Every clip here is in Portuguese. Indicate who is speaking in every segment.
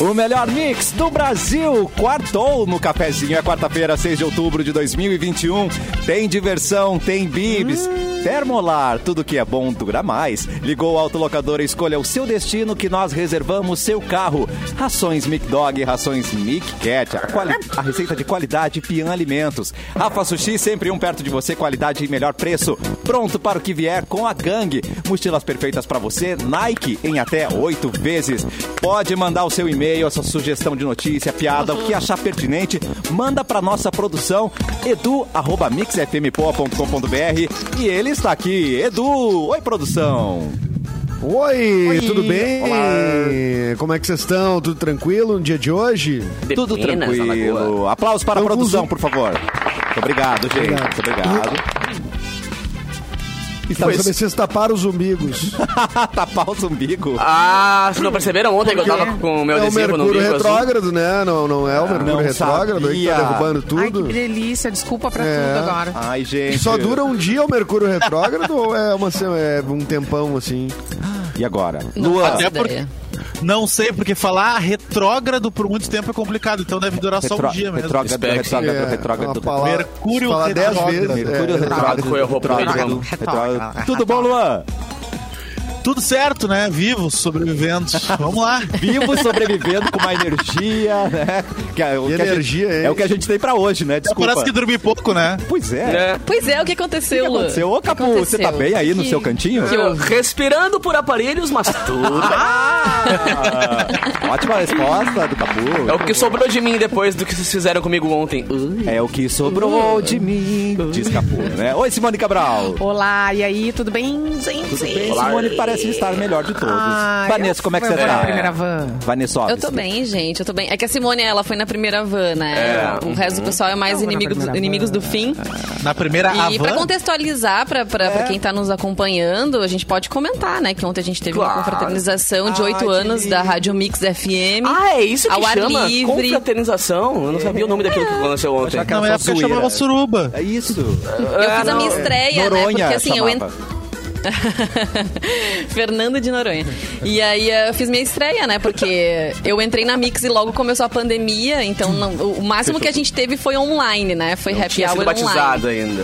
Speaker 1: O melhor mix do Brasil. Quartou no cafezinho. É quarta-feira, 6 de outubro de 2021. Tem diversão, tem bibis. Termolar, tudo que é bom dura mais. Ligou o autolocador e escolha o seu destino que nós reservamos seu carro. Rações Mic Dog, rações Mic Cat. A, quali- a receita de qualidade Pian Alimentos. Rafa Sushi, sempre um perto de você, qualidade e melhor preço. Pronto para o que vier com a gangue. Mochilas perfeitas para você, Nike, em até oito vezes. Pode mandar o seu e-mail, a sua sugestão de notícia, piada, o que achar pertinente. Manda para nossa produção, edu.mixfmpoa.com.br. E ele está aqui, Edu. Oi, produção.
Speaker 2: Oi, tudo bem? Como é que vocês estão? Tudo tranquilo no dia de hoje?
Speaker 3: De
Speaker 1: Tudo
Speaker 3: Minas, Alagoas.
Speaker 1: tranquilo. Aplausos para a
Speaker 2: Vamos
Speaker 1: produção,
Speaker 2: lá.
Speaker 1: por favor. Muito obrigado, gente. Muito obrigado.
Speaker 2: Quero
Speaker 1: Estamos
Speaker 2: saber se vocês taparam os umbigos.
Speaker 1: tapar os tá umbigo.
Speaker 3: Ah, vocês não perceberam ontem que eu tava com o meu
Speaker 2: é o
Speaker 3: adesivo no
Speaker 2: Mercúrio
Speaker 3: bico azul?
Speaker 2: retrógrado, né? Não, não é o Mercúrio
Speaker 1: não
Speaker 2: retrógrado aí que tá
Speaker 1: sabia.
Speaker 2: derrubando
Speaker 4: Ai, que
Speaker 2: tudo.
Speaker 4: delícia. Desculpa pra
Speaker 2: É.
Speaker 4: tudo agora.
Speaker 1: Ai, gente.
Speaker 2: Só dura um dia o Mercúrio retrógrado ou é, uma, se- é um tempão assim?
Speaker 1: E agora?
Speaker 4: Não
Speaker 1: Luan.
Speaker 4: faço
Speaker 5: Até É porque-
Speaker 4: ideia.
Speaker 5: Não sei, porque falar retrógrado por muito tempo é complicado, então deve durar só
Speaker 1: Retro-
Speaker 5: um dia mesmo.
Speaker 1: Retrógrado,
Speaker 3: Espero que sim.
Speaker 1: retrógrado,
Speaker 2: É,
Speaker 1: retrógrado.
Speaker 2: uma palavra- se
Speaker 5: Mercúrio
Speaker 2: falar dez
Speaker 5: retrógrado.
Speaker 2: vezes.
Speaker 1: Mercúrio
Speaker 2: é.
Speaker 1: retrógrado.
Speaker 3: Foi, eu vou pro
Speaker 1: retrógrado,
Speaker 3: Vamos.
Speaker 1: retrógrado. Tudo bom, Luan?
Speaker 5: Tudo certo, né? Vivos, sobreviventes. Vamos lá.
Speaker 1: Vivo sobrevivendo com uma energia, né? Que é o que
Speaker 2: E
Speaker 1: a gente-
Speaker 2: energia, hein?
Speaker 1: É o que a gente tem pra hoje, né? Desculpa.
Speaker 5: Parece que dormi pouco, né?
Speaker 1: Pois é.
Speaker 3: É.
Speaker 6: Pois é, o que aconteceu,
Speaker 1: O que
Speaker 6: Lu?
Speaker 1: aconteceu?
Speaker 6: O
Speaker 1: Ô,
Speaker 6: que
Speaker 1: Capu, você tá
Speaker 6: aconteceu?
Speaker 1: bem aí no
Speaker 6: Que-
Speaker 1: seu cantinho?
Speaker 3: Que eu- respirando por aparelhos, mas tudo bem.
Speaker 1: Ah! Ótima resposta do Capu.
Speaker 3: É o que sobrou de mim depois do que vocês fizeram comigo ontem. Ui.
Speaker 1: É o que sobrou de mim. Diz Capu, né? Oi, Simone Cabral.
Speaker 4: Olá, e aí? Tudo bem, gente?
Speaker 1: Tudo bem? Simone parece estar melhor de todos.
Speaker 4: Ai,
Speaker 1: Vanessa,
Speaker 4: Ah, eu
Speaker 1: como é que
Speaker 4: fui
Speaker 1: você
Speaker 4: agora
Speaker 1: tá?
Speaker 4: na primeira van.
Speaker 1: Vanessa,
Speaker 6: Eu tô bem, gente, eu tô bem. É que a Simone, ela foi na primeira van, né?
Speaker 3: É.
Speaker 6: O resto do pessoal é mais
Speaker 4: Eu vou na
Speaker 6: inimigo do-
Speaker 4: primeira
Speaker 6: inimigos
Speaker 4: van.
Speaker 6: do fim.
Speaker 5: Na primeira
Speaker 6: E pra
Speaker 5: Havan.
Speaker 6: contextualizar, pra, pra,
Speaker 3: É.
Speaker 6: pra quem tá nos acompanhando, a gente pode comentar, né? Que ontem a gente teve
Speaker 3: Claro.
Speaker 6: uma confraternização de
Speaker 1: Ai,
Speaker 6: oito
Speaker 1: que
Speaker 6: anos da
Speaker 1: lindo.
Speaker 6: Rádio Mix FM.
Speaker 3: Ah, é isso que
Speaker 6: Ao ar
Speaker 3: chama
Speaker 6: livre.
Speaker 3: confraternização? Eu não sabia o nome daquilo que aconteceu ontem. Ah,
Speaker 1: Já que
Speaker 5: Não,
Speaker 1: ela só
Speaker 5: é porque
Speaker 1: zoeira.
Speaker 5: chamava Suruba.
Speaker 1: É isso.
Speaker 6: Eu fiz a minha estreia,
Speaker 1: Noronha
Speaker 6: né? Porque assim, eu
Speaker 1: chamava.
Speaker 6: entrei. Fernando de Noronha. E aí eh, eu fiz minha estreia, né? Porque eu entrei na Mix e logo começou a pandemia, então não- o o máximo que a gente teve foi online, né? Foi happy
Speaker 3: Tinha sido
Speaker 6: hour online.
Speaker 3: batizado ainda.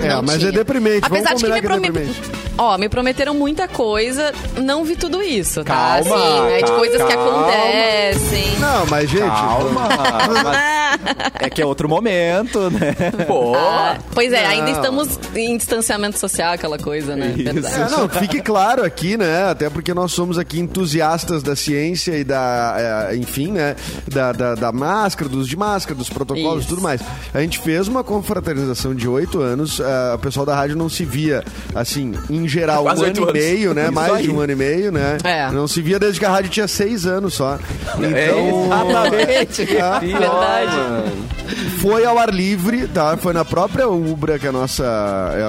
Speaker 2: É,
Speaker 6: Não
Speaker 2: mas
Speaker 6: tinha.
Speaker 2: é deprimente.
Speaker 6: Apesar
Speaker 2: Vamos
Speaker 6: de que
Speaker 2: combinar
Speaker 6: me,
Speaker 2: que, é
Speaker 6: prome-
Speaker 2: deprimente.
Speaker 6: Ó, me prometeram muita coisa, não vi tudo isso, tá?
Speaker 1: Calma,
Speaker 6: assim, é de
Speaker 1: calma,
Speaker 6: coisas que
Speaker 1: calma.
Speaker 6: acontecem.
Speaker 2: Não, mas gente...
Speaker 1: Calma. mas é que é outro momento, né?
Speaker 3: Pô,
Speaker 6: Ah, pois é, ainda
Speaker 2: Não.
Speaker 6: estamos em distanciamento social, aquela coisa, né?
Speaker 1: Isso.
Speaker 2: É,
Speaker 6: Verdade.
Speaker 2: não, fique claro aqui, né? Até porque nós somos aqui entusiastas da ciência e da, é, enfim, né? Da, da, da máscara, dos de máscara, dos protocolos e
Speaker 6: Isso.
Speaker 2: tudo mais. A gente fez uma confraternização de oito anos, ah, o pessoal da rádio não se via, assim, em geral, um
Speaker 3: Quase oito
Speaker 2: ano e
Speaker 3: anos.
Speaker 2: meio, né?
Speaker 1: Isso
Speaker 2: Mais
Speaker 1: aí.
Speaker 2: de um ano e meio, né?
Speaker 6: É.
Speaker 2: Não se via desde que a rádio tinha seis anos só. Então,
Speaker 1: É Exatamente.
Speaker 6: Verdade.
Speaker 2: foi ao ar livre, tá? Foi na própria Ubra, que é a nossa.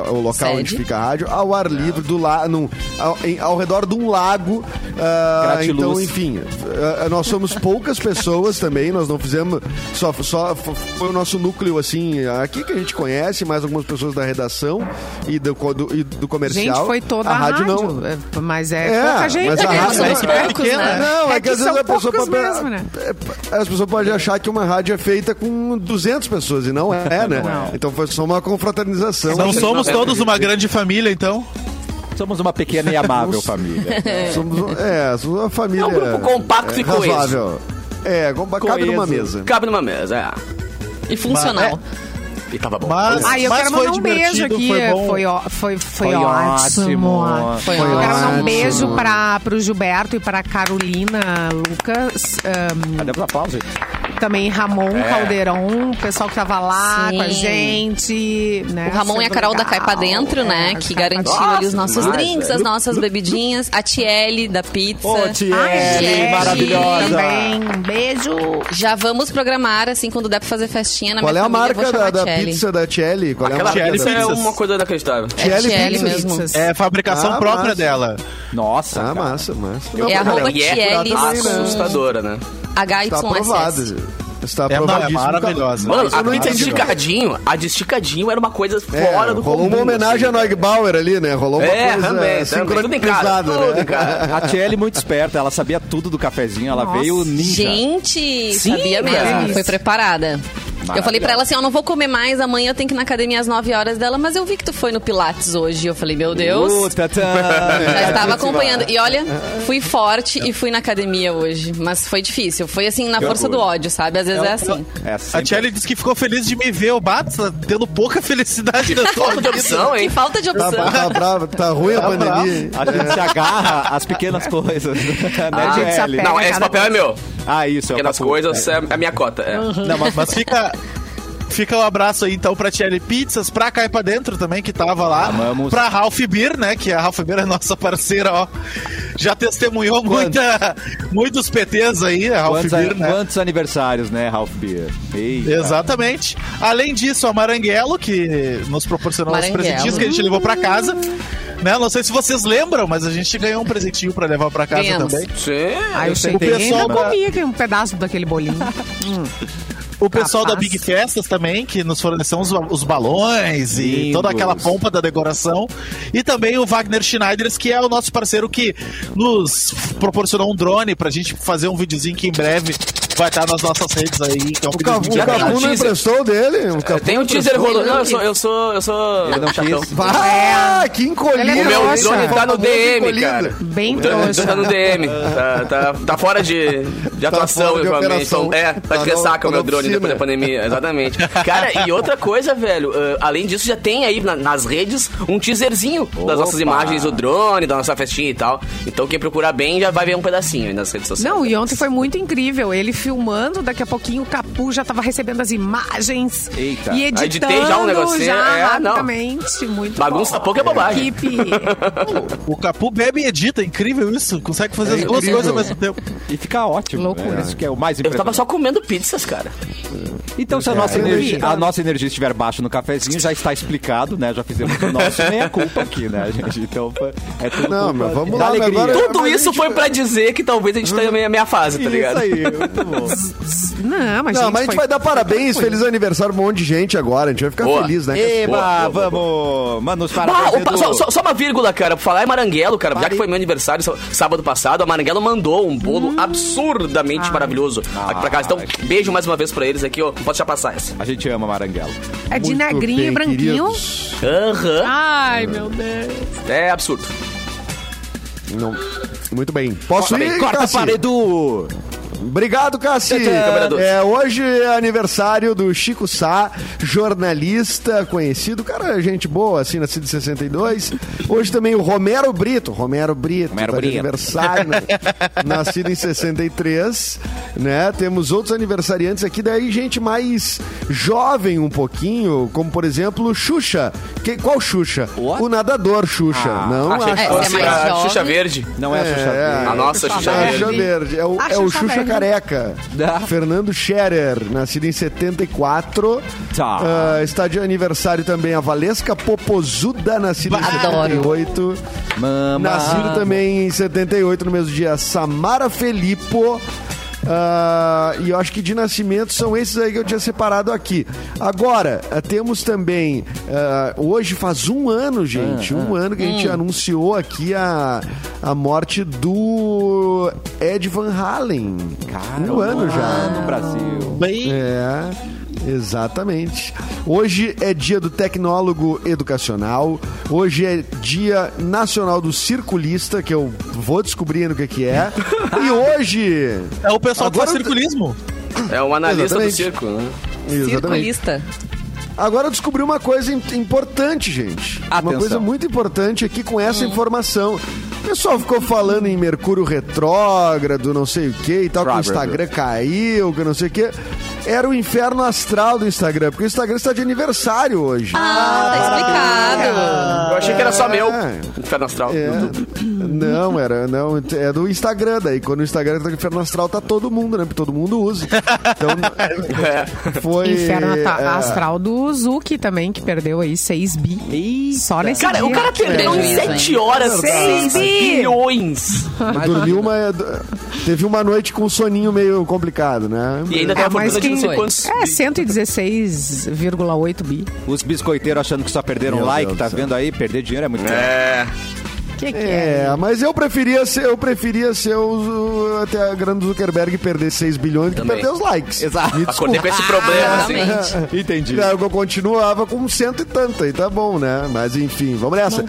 Speaker 2: é o local
Speaker 6: Sede.
Speaker 2: onde fica a rádio, ao ar livre, do la, num, ao, em- ao redor de um lago. ah,
Speaker 1: Gratiluz.
Speaker 2: então, enfim, ah, nós somos poucas pessoas também, nós não fizemos. Só, só f- foi o nosso núcleo, assim, aqui que a gente conhece, mais algumas pessoas da redação e do, co- do- e do comercial.
Speaker 4: Gente, foi toda a, rádio. É, Mas é,
Speaker 2: É,
Speaker 4: pouca gente,
Speaker 2: mas a
Speaker 4: né?
Speaker 2: rádio-
Speaker 4: Somos
Speaker 2: mas
Speaker 6: a rádio-
Speaker 4: poucos, né?
Speaker 2: Não, é, que, às vezes
Speaker 4: são
Speaker 2: a pessoa
Speaker 4: poucos
Speaker 2: pode, é,
Speaker 4: mesmo, né?
Speaker 2: as pessoas podem achar que uma rádio é feita com 200 pessoas e não é, né? Então foi só uma confraternização. Assim,
Speaker 5: Não somos todos uma grande família, então.
Speaker 1: Somos uma pequena e amável família.
Speaker 2: Somos, é, somos uma família.
Speaker 3: É um grupo compacto e coeso.
Speaker 2: razoável. É, com- cabe
Speaker 1: Coeso.
Speaker 2: numa mesa.
Speaker 3: cabe numa mesa, é.
Speaker 6: E funcional.
Speaker 2: é.
Speaker 3: E tava bom.
Speaker 5: Mas,
Speaker 4: Ah, eu
Speaker 5: mas
Speaker 4: quero
Speaker 5: foi
Speaker 4: mandar um beijo
Speaker 5: divertido,
Speaker 4: aqui.
Speaker 5: foi bom.
Speaker 4: Foi, ó- foi, foi,
Speaker 1: Foi
Speaker 4: ótimo.
Speaker 1: ótimo.
Speaker 6: Foi
Speaker 4: eu quero mandar um
Speaker 2: ótimo.
Speaker 4: beijo para pro Gilberto e para Carolina Lucas, ahn,
Speaker 1: Cadê a pausa?
Speaker 4: também Ramon
Speaker 3: É.
Speaker 4: Caldeirão, o pessoal que tava lá
Speaker 6: Sim.
Speaker 4: com a gente. Né?
Speaker 6: O Ramon e a
Speaker 4: Sendo
Speaker 6: Carol da
Speaker 4: legal.
Speaker 6: Cai Pra Dentro, né?
Speaker 4: É,
Speaker 6: que
Speaker 4: as Cai Pra
Speaker 6: garantiu
Speaker 4: Dentro.
Speaker 6: ali os nossos
Speaker 3: demais,
Speaker 6: drinks,
Speaker 3: velho.
Speaker 6: as nossas bebidinhas. A Tiele da pizza.
Speaker 1: Ô, Tiele,
Speaker 4: Ai, gente,
Speaker 1: maravilhosa.
Speaker 4: Também, um beijo.
Speaker 6: Já vamos programar, assim, quando der pra fazer festinha na
Speaker 2: Qual é
Speaker 6: minha
Speaker 2: a
Speaker 6: família, eu vou
Speaker 2: marca da,
Speaker 6: chamar
Speaker 2: da
Speaker 6: a Tiele.
Speaker 2: pizza da Chelly? Qual
Speaker 3: Aquela
Speaker 2: é a
Speaker 5: Tielli
Speaker 3: pizza
Speaker 2: marca
Speaker 3: é
Speaker 5: Pizzas.
Speaker 3: uma coisa inacreditável.
Speaker 6: É
Speaker 2: Tielli
Speaker 6: Tiele
Speaker 2: Pizzas.
Speaker 6: mesmo.
Speaker 5: É fabricação
Speaker 2: Ah,
Speaker 5: própria
Speaker 2: massa.
Speaker 5: dela.
Speaker 1: Nossa.
Speaker 2: da... Ah,
Speaker 1: cara.
Speaker 2: massa, massa.
Speaker 6: É
Speaker 2: cara,
Speaker 6: arroba
Speaker 3: E é
Speaker 6: Tiele
Speaker 2: também, né?
Speaker 3: assustadora, né?
Speaker 2: Tá aprovado.
Speaker 6: HYSS.
Speaker 2: Está
Speaker 5: É, não, é
Speaker 2: aprovadíssimo.
Speaker 5: maravilhosa.
Speaker 3: Mano,
Speaker 2: Mas eu
Speaker 3: a,
Speaker 2: não
Speaker 3: a de
Speaker 2: entendi.
Speaker 3: esticadinho, a de esticadinho era uma coisa
Speaker 2: É,
Speaker 3: fora do
Speaker 2: rolou
Speaker 3: comum.
Speaker 2: uma homenagem
Speaker 3: assim.
Speaker 2: a Noig Bauer ali, né? Rolou uma
Speaker 3: É,
Speaker 2: coisa
Speaker 3: também, também. Tudo em casa,
Speaker 2: sincronizada,
Speaker 3: tudo
Speaker 2: né?
Speaker 3: em casa.
Speaker 1: A Tchelle muito esperta, ela sabia tudo do cafezinho, ela
Speaker 4: Nossa,
Speaker 1: veio ninja.
Speaker 6: Gente,
Speaker 3: Sim,
Speaker 6: sabia mesmo.
Speaker 3: cara.
Speaker 6: Foi preparada. Eu falei pra ela assim, ó, não vou comer mais, amanhã eu tenho que ir na academia às 9 horas dela, mas eu vi que tu foi no Pilates hoje. Eu falei, meu Deus,
Speaker 1: Uh, tatã. É,
Speaker 6: já estava acompanhando. E olha, fui forte e fui na academia hoje, mas foi difícil. Foi assim, na
Speaker 1: Que
Speaker 6: força
Speaker 1: orgulho.
Speaker 6: do ódio, sabe? Às vezes é assim.
Speaker 1: É,
Speaker 5: A
Speaker 1: sempre-
Speaker 5: Tchelle disse que ficou feliz de me ver. O Bato tá tendo pouca felicidade da sua
Speaker 3: Falta de
Speaker 5: vida.
Speaker 3: opção,
Speaker 6: Que
Speaker 3: hein?
Speaker 6: falta de
Speaker 2: Tá,
Speaker 6: opção.
Speaker 2: tá brava, tá ruim a pandemia. hein?
Speaker 1: A gente se agarra às pequenas coisas.
Speaker 4: Ah,
Speaker 1: né,
Speaker 4: gente,
Speaker 1: Tchelle?
Speaker 4: se
Speaker 3: Não,
Speaker 4: Pega
Speaker 3: esse
Speaker 4: cada
Speaker 3: papel é meu.
Speaker 2: Então
Speaker 1: Ah, isso. é o
Speaker 3: Pequenas
Speaker 1: Capu.
Speaker 3: coisas é a minha cota. é.
Speaker 5: Não, mas, mas fica. Fica o abraço aí então pra Tchelle Pizzas, pra Cai Pra Dentro também, que tava lá.
Speaker 1: Amamos.
Speaker 5: Pra Ralph Beer, né? Que a Ralph Beer é nossa parceira, ó. Já testemunhou muita, muitos PTs aí, a Ralph
Speaker 1: Quantos,
Speaker 5: Beer, né?
Speaker 1: quantos aniversários, né, Ralph Beer? Eita.
Speaker 5: Exatamente. Além disso, a Maranguelo, que nos proporcionou os
Speaker 6: Maranguelo.
Speaker 5: presentinhos que a gente levou pra casa. Né? Não sei se vocês lembram, mas a gente ganhou um presentinho pra levar pra casa
Speaker 6: Ganhamos.
Speaker 5: também.
Speaker 3: Sim.
Speaker 4: Aí eu
Speaker 1: sei
Speaker 4: cheguei
Speaker 5: que
Speaker 4: e ainda
Speaker 5: tem, né?
Speaker 4: comi aquele- um pedaço daquele bolinho.
Speaker 5: O pessoal da
Speaker 4: Capaz.
Speaker 5: Big Festas também, que nos forneceu os, os balões e
Speaker 1: Lindos.
Speaker 5: toda aquela pompa da decoração. E também o Wagner Schneiders, que é o nosso parceiro que nos proporcionou um drone pra gente fazer um videozinho que em breve vai estar nas nossas redes aí. Que é um
Speaker 2: O Capu,
Speaker 5: videozinho
Speaker 2: o
Speaker 5: de
Speaker 2: Capu
Speaker 5: verdade.
Speaker 2: não
Speaker 3: teaser.
Speaker 2: emprestou o dele? O Capu
Speaker 3: Tem um
Speaker 2: não
Speaker 3: teaser
Speaker 2: emprestou?
Speaker 3: rolando. Não, eu sou. Eu sou. Eu sou.
Speaker 1: Ele não
Speaker 3: chatão.
Speaker 1: quis.
Speaker 2: Ah, que encolhido.
Speaker 4: Ele é
Speaker 3: O meu
Speaker 4: Nossa.
Speaker 3: drone tá no
Speaker 2: Por favor,
Speaker 3: DM,
Speaker 2: encolhido.
Speaker 3: cara.
Speaker 4: Bem
Speaker 3: O drone
Speaker 4: trouxa.
Speaker 3: tá no DM. Tá, tá, tá fora de, de atuação,
Speaker 2: fora de
Speaker 3: atualmente.
Speaker 2: operação.
Speaker 3: Então, é,
Speaker 2: Tá
Speaker 3: tá de
Speaker 2: na-
Speaker 3: ressaca
Speaker 2: tá
Speaker 3: o meu
Speaker 2: na
Speaker 3: drone
Speaker 2: oficina.
Speaker 3: depois da pandemia. Exatamente. Cara, e outra coisa, velho. ah, além disso, já tem aí na- nas redes um teaserzinho das nossas
Speaker 1: Opa.
Speaker 3: imagens do drone, da nossa festinha e tal. Então, quem procurar bem já vai ver um pedacinho aí nas redes sociais.
Speaker 4: Não, e ontem foi muito incrível. Ele filmando, daqui a pouquinho o Capu já tava recebendo as imagens.
Speaker 1: Eita.
Speaker 3: Aí
Speaker 4: E editando
Speaker 3: editei já um negocinho,
Speaker 4: já
Speaker 3: é, não.
Speaker 4: rapidamente. Muito
Speaker 3: Bagunça
Speaker 4: bom.
Speaker 3: pouca é bobagem.
Speaker 4: Equipe.
Speaker 5: O Capu bebe e edita, é incrível isso. Consegue fazer as duas
Speaker 2: É incrível.
Speaker 5: coisas ao mesmo tempo.
Speaker 1: E fica ótimo.
Speaker 4: Loucura.
Speaker 1: né? Isso que é o mais
Speaker 3: Eu tava
Speaker 1: impressionante.
Speaker 3: só comendo pizzas, cara.
Speaker 1: Então, se a nossa,
Speaker 2: eu
Speaker 1: energia,
Speaker 3: né?
Speaker 4: vi.
Speaker 1: a nossa energia estiver baixa no cafezinho, já está explicado, né? Já fizemos o nosso meia-culpa aqui, né, gente? Então, é tudo
Speaker 2: Não,
Speaker 1: culpa
Speaker 2: mas vamos
Speaker 1: da
Speaker 2: lá, mas
Speaker 1: alegria.
Speaker 2: agora-
Speaker 3: Tudo
Speaker 2: mas a
Speaker 3: isso
Speaker 2: gente-
Speaker 3: foi pra dizer que talvez a gente tenha meia, meia fase, tá
Speaker 1: Isso
Speaker 3: ligado?
Speaker 1: aí, muito bom.
Speaker 4: Não, mas,
Speaker 2: Não,
Speaker 4: gente,
Speaker 2: mas a gente
Speaker 4: foi-
Speaker 2: vai dar parabéns, feliz aniversário pra um monte de gente agora. A gente vai ficar
Speaker 3: Boa.
Speaker 2: feliz, né?
Speaker 4: É,
Speaker 1: Eba,
Speaker 3: Boa, boa, boa,
Speaker 1: vamos! Mano, os
Speaker 3: Ah,
Speaker 1: parabéns,
Speaker 3: opa,
Speaker 1: Edu.
Speaker 3: só, só- só uma vírgula, cara, pra falar é Maranguelo, cara. Já que foi meu aniversário sá- sábado passado, a Maranguelo mandou um bolo
Speaker 2: Hum.
Speaker 3: absurdamente
Speaker 2: Ah.
Speaker 3: maravilhoso aqui pra casa. Então, beijo mais uma vez pra eles aqui, ó. Não Posso já passar essa.
Speaker 1: A gente ama Maranguelo.
Speaker 4: É de
Speaker 2: Muito
Speaker 4: negrinho e
Speaker 2: bem,
Speaker 4: branquinho.
Speaker 2: queridos.
Speaker 3: Aham.
Speaker 4: Ai, meu Deus.
Speaker 3: É absurdo.
Speaker 2: Não. Muito bem. Posso ir,
Speaker 1: Corta a
Speaker 2: Cassi?
Speaker 1: paredu!
Speaker 2: Obrigado, Cassi.
Speaker 3: Câmera
Speaker 2: É, hoje é aniversário do Chico Sá, jornalista conhecido, cara, gente boa, assim, nascido em 62. Hoje também o Romero Brito, Romero Brito,
Speaker 1: Romero
Speaker 2: tá de
Speaker 1: Brito.
Speaker 2: aniversário, né? nascido em 63, né? Temos outros aniversariantes aqui, daí gente mais jovem um pouquinho, como por exemplo, Xuxa. Que, qual Xuxa?
Speaker 1: What?
Speaker 2: O nadador Xuxa.
Speaker 1: Ah,
Speaker 2: Não,
Speaker 3: Achei
Speaker 2: a
Speaker 3: que
Speaker 6: é
Speaker 3: fosse
Speaker 6: mais
Speaker 3: a
Speaker 6: jovem.
Speaker 3: Xuxa Verde.
Speaker 1: Não é, a Xuxa.
Speaker 2: é.
Speaker 1: Verde.
Speaker 3: A nossa
Speaker 4: Xuxa
Speaker 3: Xuxa
Speaker 2: Xuxa
Speaker 3: Verde.
Speaker 2: Verde. É o,
Speaker 4: A
Speaker 2: é o
Speaker 4: Xuxa
Speaker 2: Xuxa
Speaker 4: Verde.
Speaker 2: Careca.
Speaker 1: Ah.
Speaker 2: Fernando Scherer, nascido em 74.
Speaker 1: Tá.
Speaker 2: Ah, está de aniversário também a Valesca Popozuda, nascida em
Speaker 6: Adoro.
Speaker 2: 78.
Speaker 1: Mama.
Speaker 2: Nascido também em 78, no mesmo dia, Samara Filippo. Ah, e eu acho que de nascimento são esses aí que eu tinha separado aqui. Agora, ah, temos também. ah, hoje faz um ano, gente. um ano que a gente anunciou aqui a, a morte do Ed Van Halen.
Speaker 1: Cara,
Speaker 2: um ano já.
Speaker 1: Então, No Brasil.
Speaker 5: Bem,
Speaker 2: É, exatamente. Hoje é dia do tecnólogo educacional. Hoje é dia nacional do circulista, que eu vou descobrindo o que, que é. E hoje.
Speaker 5: é o pessoal
Speaker 2: Agora
Speaker 5: do
Speaker 2: eu-
Speaker 5: circulismo.
Speaker 3: É um analista do
Speaker 2: Exatamente.
Speaker 3: circo, né?
Speaker 2: Exatamente.
Speaker 6: Circulista.
Speaker 2: Agora eu descobri uma coisa im- importante, gente. Uma
Speaker 1: Atenção.
Speaker 2: coisa muito importante aqui com essa informação. O pessoal ficou falando em Mercúrio retrógrado, não sei o que e tal, que o
Speaker 1: Retrógrado.
Speaker 2: Instagram caiu, que não sei o que. Era o inferno astral do Instagram, porque o Instagram está de aniversário hoje.
Speaker 6: Ah, tá explicado.
Speaker 3: Eu achei que era só meu.
Speaker 2: É.
Speaker 3: Inferno Astral.
Speaker 2: É. Não, era. Não, é do Instagram. Daí quando o Instagram tá com o Inferno Astral, tá todo mundo, né? Porque todo mundo usa. Então, foi.
Speaker 4: Inferno ta-
Speaker 2: é,
Speaker 4: astral do Zuki também, que perdeu aí 6 bi. Só nesse
Speaker 3: Cara,
Speaker 4: dia.
Speaker 3: o cara perdeu em
Speaker 6: Prejuízo, é hein?
Speaker 3: 7 horas
Speaker 2: É
Speaker 4: Verdade.
Speaker 3: 6 bilhões.
Speaker 2: Dormiu uma. Teve uma noite com um soninho meio complicado, né?
Speaker 3: E ainda tem
Speaker 4: É,
Speaker 3: a
Speaker 4: mas
Speaker 3: fortuna de
Speaker 4: quem...
Speaker 3: não sei quantos.
Speaker 4: É, 116,8 bi.
Speaker 1: Os biscoiteiros achando que só perderam
Speaker 2: Meu
Speaker 1: like,
Speaker 2: Deus
Speaker 1: tá
Speaker 2: do céu.
Speaker 1: vendo aí? Perder dinheiro é muito caro.
Speaker 3: É.
Speaker 4: Que que é?
Speaker 2: É, mas eu preferia ser, eu preferia ser o, o- até a grande Zuckerberg perder 6 bilhões do que
Speaker 3: Também.
Speaker 2: perder os likes.
Speaker 1: Exato.
Speaker 2: Me
Speaker 3: Acordei
Speaker 2: desculpa.
Speaker 3: com esse problema, assim.
Speaker 6: Realmente.
Speaker 1: Entendi.
Speaker 2: Não, Eu continuava com cento e tanto, aí tá bom, né? Mas enfim, vamos nessa.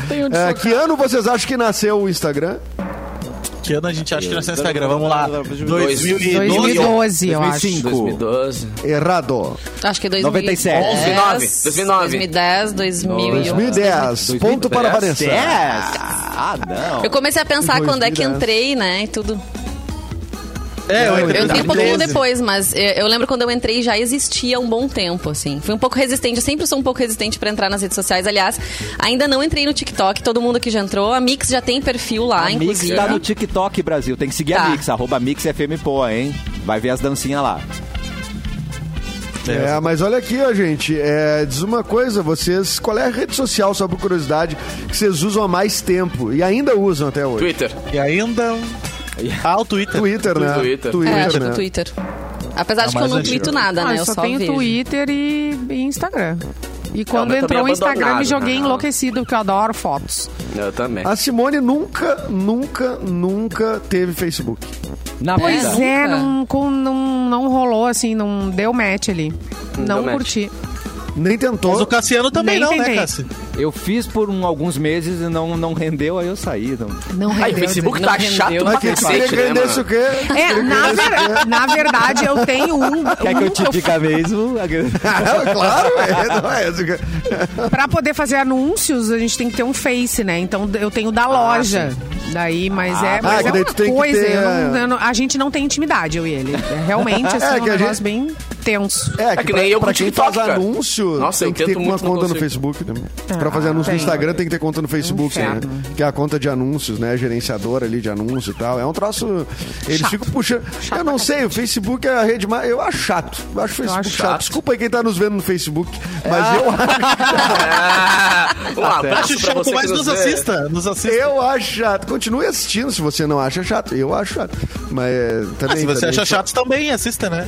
Speaker 2: É, que ano vocês acham que nasceu o Instagram?
Speaker 5: Que ano a gente acha que nasceu no Instagram? Vamos lá. 2012.
Speaker 4: 2012, eu acho.
Speaker 1: 2005.
Speaker 3: 2012.
Speaker 2: Errado.
Speaker 6: Acho que é
Speaker 1: 97.
Speaker 6: 2010, 2010, 2011.
Speaker 2: 2010. Ponto para a Vanessa.
Speaker 3: é?
Speaker 1: Ah, não.
Speaker 6: Eu comecei a pensar quando é que
Speaker 2: 2010.
Speaker 6: entrei, né, e tudo.
Speaker 5: É, eu
Speaker 6: Eu
Speaker 5: entrei
Speaker 6: entrei um
Speaker 5: em
Speaker 6: pouquinho
Speaker 5: 2012.
Speaker 6: depois, mas eh, eu lembro quando eu entrei já existia um bom tempo, assim. Fui um pouco resistente, eu sempre sou um pouco resistente pra entrar nas redes sociais. Aliás, ainda não entrei no TikTok, todo mundo que já entrou. A Mix já tem perfil lá,
Speaker 1: A Mix
Speaker 6: ah, inclusive. né? É,
Speaker 1: tá no TikTok, Brasil. Tem que seguir a
Speaker 6: Tá.
Speaker 1: Mix, arroba Mix FM Poa, hein? Vai ver as dancinhas lá.
Speaker 2: É, mas olha aqui, ó, gente. É, diz uma coisa, vocês. Qual é a rede social, só por curiosidade, que vocês usam há mais tempo e ainda usam até hoje?
Speaker 3: Twitter.
Speaker 5: E ainda. Ah, o Twitter.
Speaker 2: Twitter, né?
Speaker 3: Twitter.
Speaker 6: É, acho
Speaker 2: né?
Speaker 6: que o Twitter. Apesar de que eu
Speaker 5: mais
Speaker 6: não
Speaker 5: antigo.
Speaker 6: tweeto nada,
Speaker 4: Ah,
Speaker 6: né?
Speaker 4: eu
Speaker 6: Eu
Speaker 4: só,
Speaker 6: só
Speaker 4: tenho
Speaker 6: vejo.
Speaker 4: Twitter e, e Instagram. E quando
Speaker 3: mas eu tô
Speaker 4: entrou o
Speaker 3: meio
Speaker 4: Instagram, me
Speaker 3: abandonado,
Speaker 4: joguei
Speaker 3: né?
Speaker 4: enlouquecido, porque eu adoro fotos.
Speaker 3: Eu também.
Speaker 2: A Simone nunca, nunca, nunca teve Facebook.
Speaker 1: Na
Speaker 4: Pois
Speaker 6: É,
Speaker 4: é,
Speaker 6: nunca.
Speaker 4: não, com- não, não rolou assim, não deu match ali. Não,
Speaker 3: deu match.
Speaker 4: curti.
Speaker 2: Nem tentou.
Speaker 5: Mas o Cassiano também
Speaker 4: Nem
Speaker 5: não,
Speaker 4: tentei.
Speaker 5: né, Cassi?
Speaker 1: Eu fiz por um- alguns meses e não, não rendeu, aí eu saí. Não.
Speaker 4: Não
Speaker 3: Aí, o
Speaker 4: rendeu,
Speaker 3: Facebook
Speaker 4: Zé.
Speaker 3: tá
Speaker 6: rendeu.
Speaker 3: chato
Speaker 2: Mas
Speaker 3: pra
Speaker 2: que
Speaker 3: cacete,
Speaker 2: se
Speaker 3: né,
Speaker 2: rendesse o
Speaker 3: mano?
Speaker 2: quê?
Speaker 4: É, na, ver- na verdade, eu tenho um.
Speaker 1: Quer que eu te diga mesmo?
Speaker 2: claro, é, não é isso que-
Speaker 4: Pra poder fazer anúncios, a gente tem que ter um face, né? Então eu tenho da loja. Daí, mas é,
Speaker 2: ah,
Speaker 4: mas
Speaker 2: que
Speaker 4: é
Speaker 2: daí
Speaker 4: uma
Speaker 2: tu tem que
Speaker 4: coisa.
Speaker 2: ter,
Speaker 4: eu não-
Speaker 2: é.
Speaker 4: eu não- a gente não tem intimidade, eu e ele. É realmente assim,
Speaker 2: É,
Speaker 4: um
Speaker 2: que a
Speaker 4: negócio
Speaker 2: gente-
Speaker 4: bem tenso.
Speaker 2: É,
Speaker 3: que nem eu
Speaker 2: pra
Speaker 3: com
Speaker 2: quem
Speaker 3: TikTok,
Speaker 2: faz
Speaker 3: cara.
Speaker 2: anúncio,
Speaker 3: Nossa,
Speaker 2: tem
Speaker 3: eu
Speaker 2: que ter
Speaker 3: tento
Speaker 2: uma
Speaker 3: muito, não
Speaker 2: conta no
Speaker 3: consigo.
Speaker 2: Facebook também. pra fazer anúncio
Speaker 4: tem.
Speaker 2: no Instagram, tem que ter conta no Facebook, né?
Speaker 4: Ah, é. Inferno.
Speaker 2: Que é a conta de anúncios, né? Gerenciadora ali de anúncio e tal. É um troço... Eles
Speaker 4: Chato.
Speaker 2: ficam puxando... eu não sei, o Facebook é a rede mais... Eu acho chato. Eu acho o Facebook
Speaker 4: acho
Speaker 2: chato.
Speaker 4: chato. É.
Speaker 2: Desculpa aí quem tá nos vendo no Facebook, mas eu acho...
Speaker 3: Ah, um
Speaker 5: Acho
Speaker 3: abraço pra
Speaker 5: chato,
Speaker 3: você é.
Speaker 5: mas
Speaker 3: que nos
Speaker 5: nos
Speaker 3: vê.
Speaker 5: assista. Nos assista.
Speaker 2: Eu acho chato. Continue assistindo se você não acha chato. Eu acho chato. Mas é, também.
Speaker 5: Ah, se você
Speaker 2: também
Speaker 5: acha chato, também assista, né?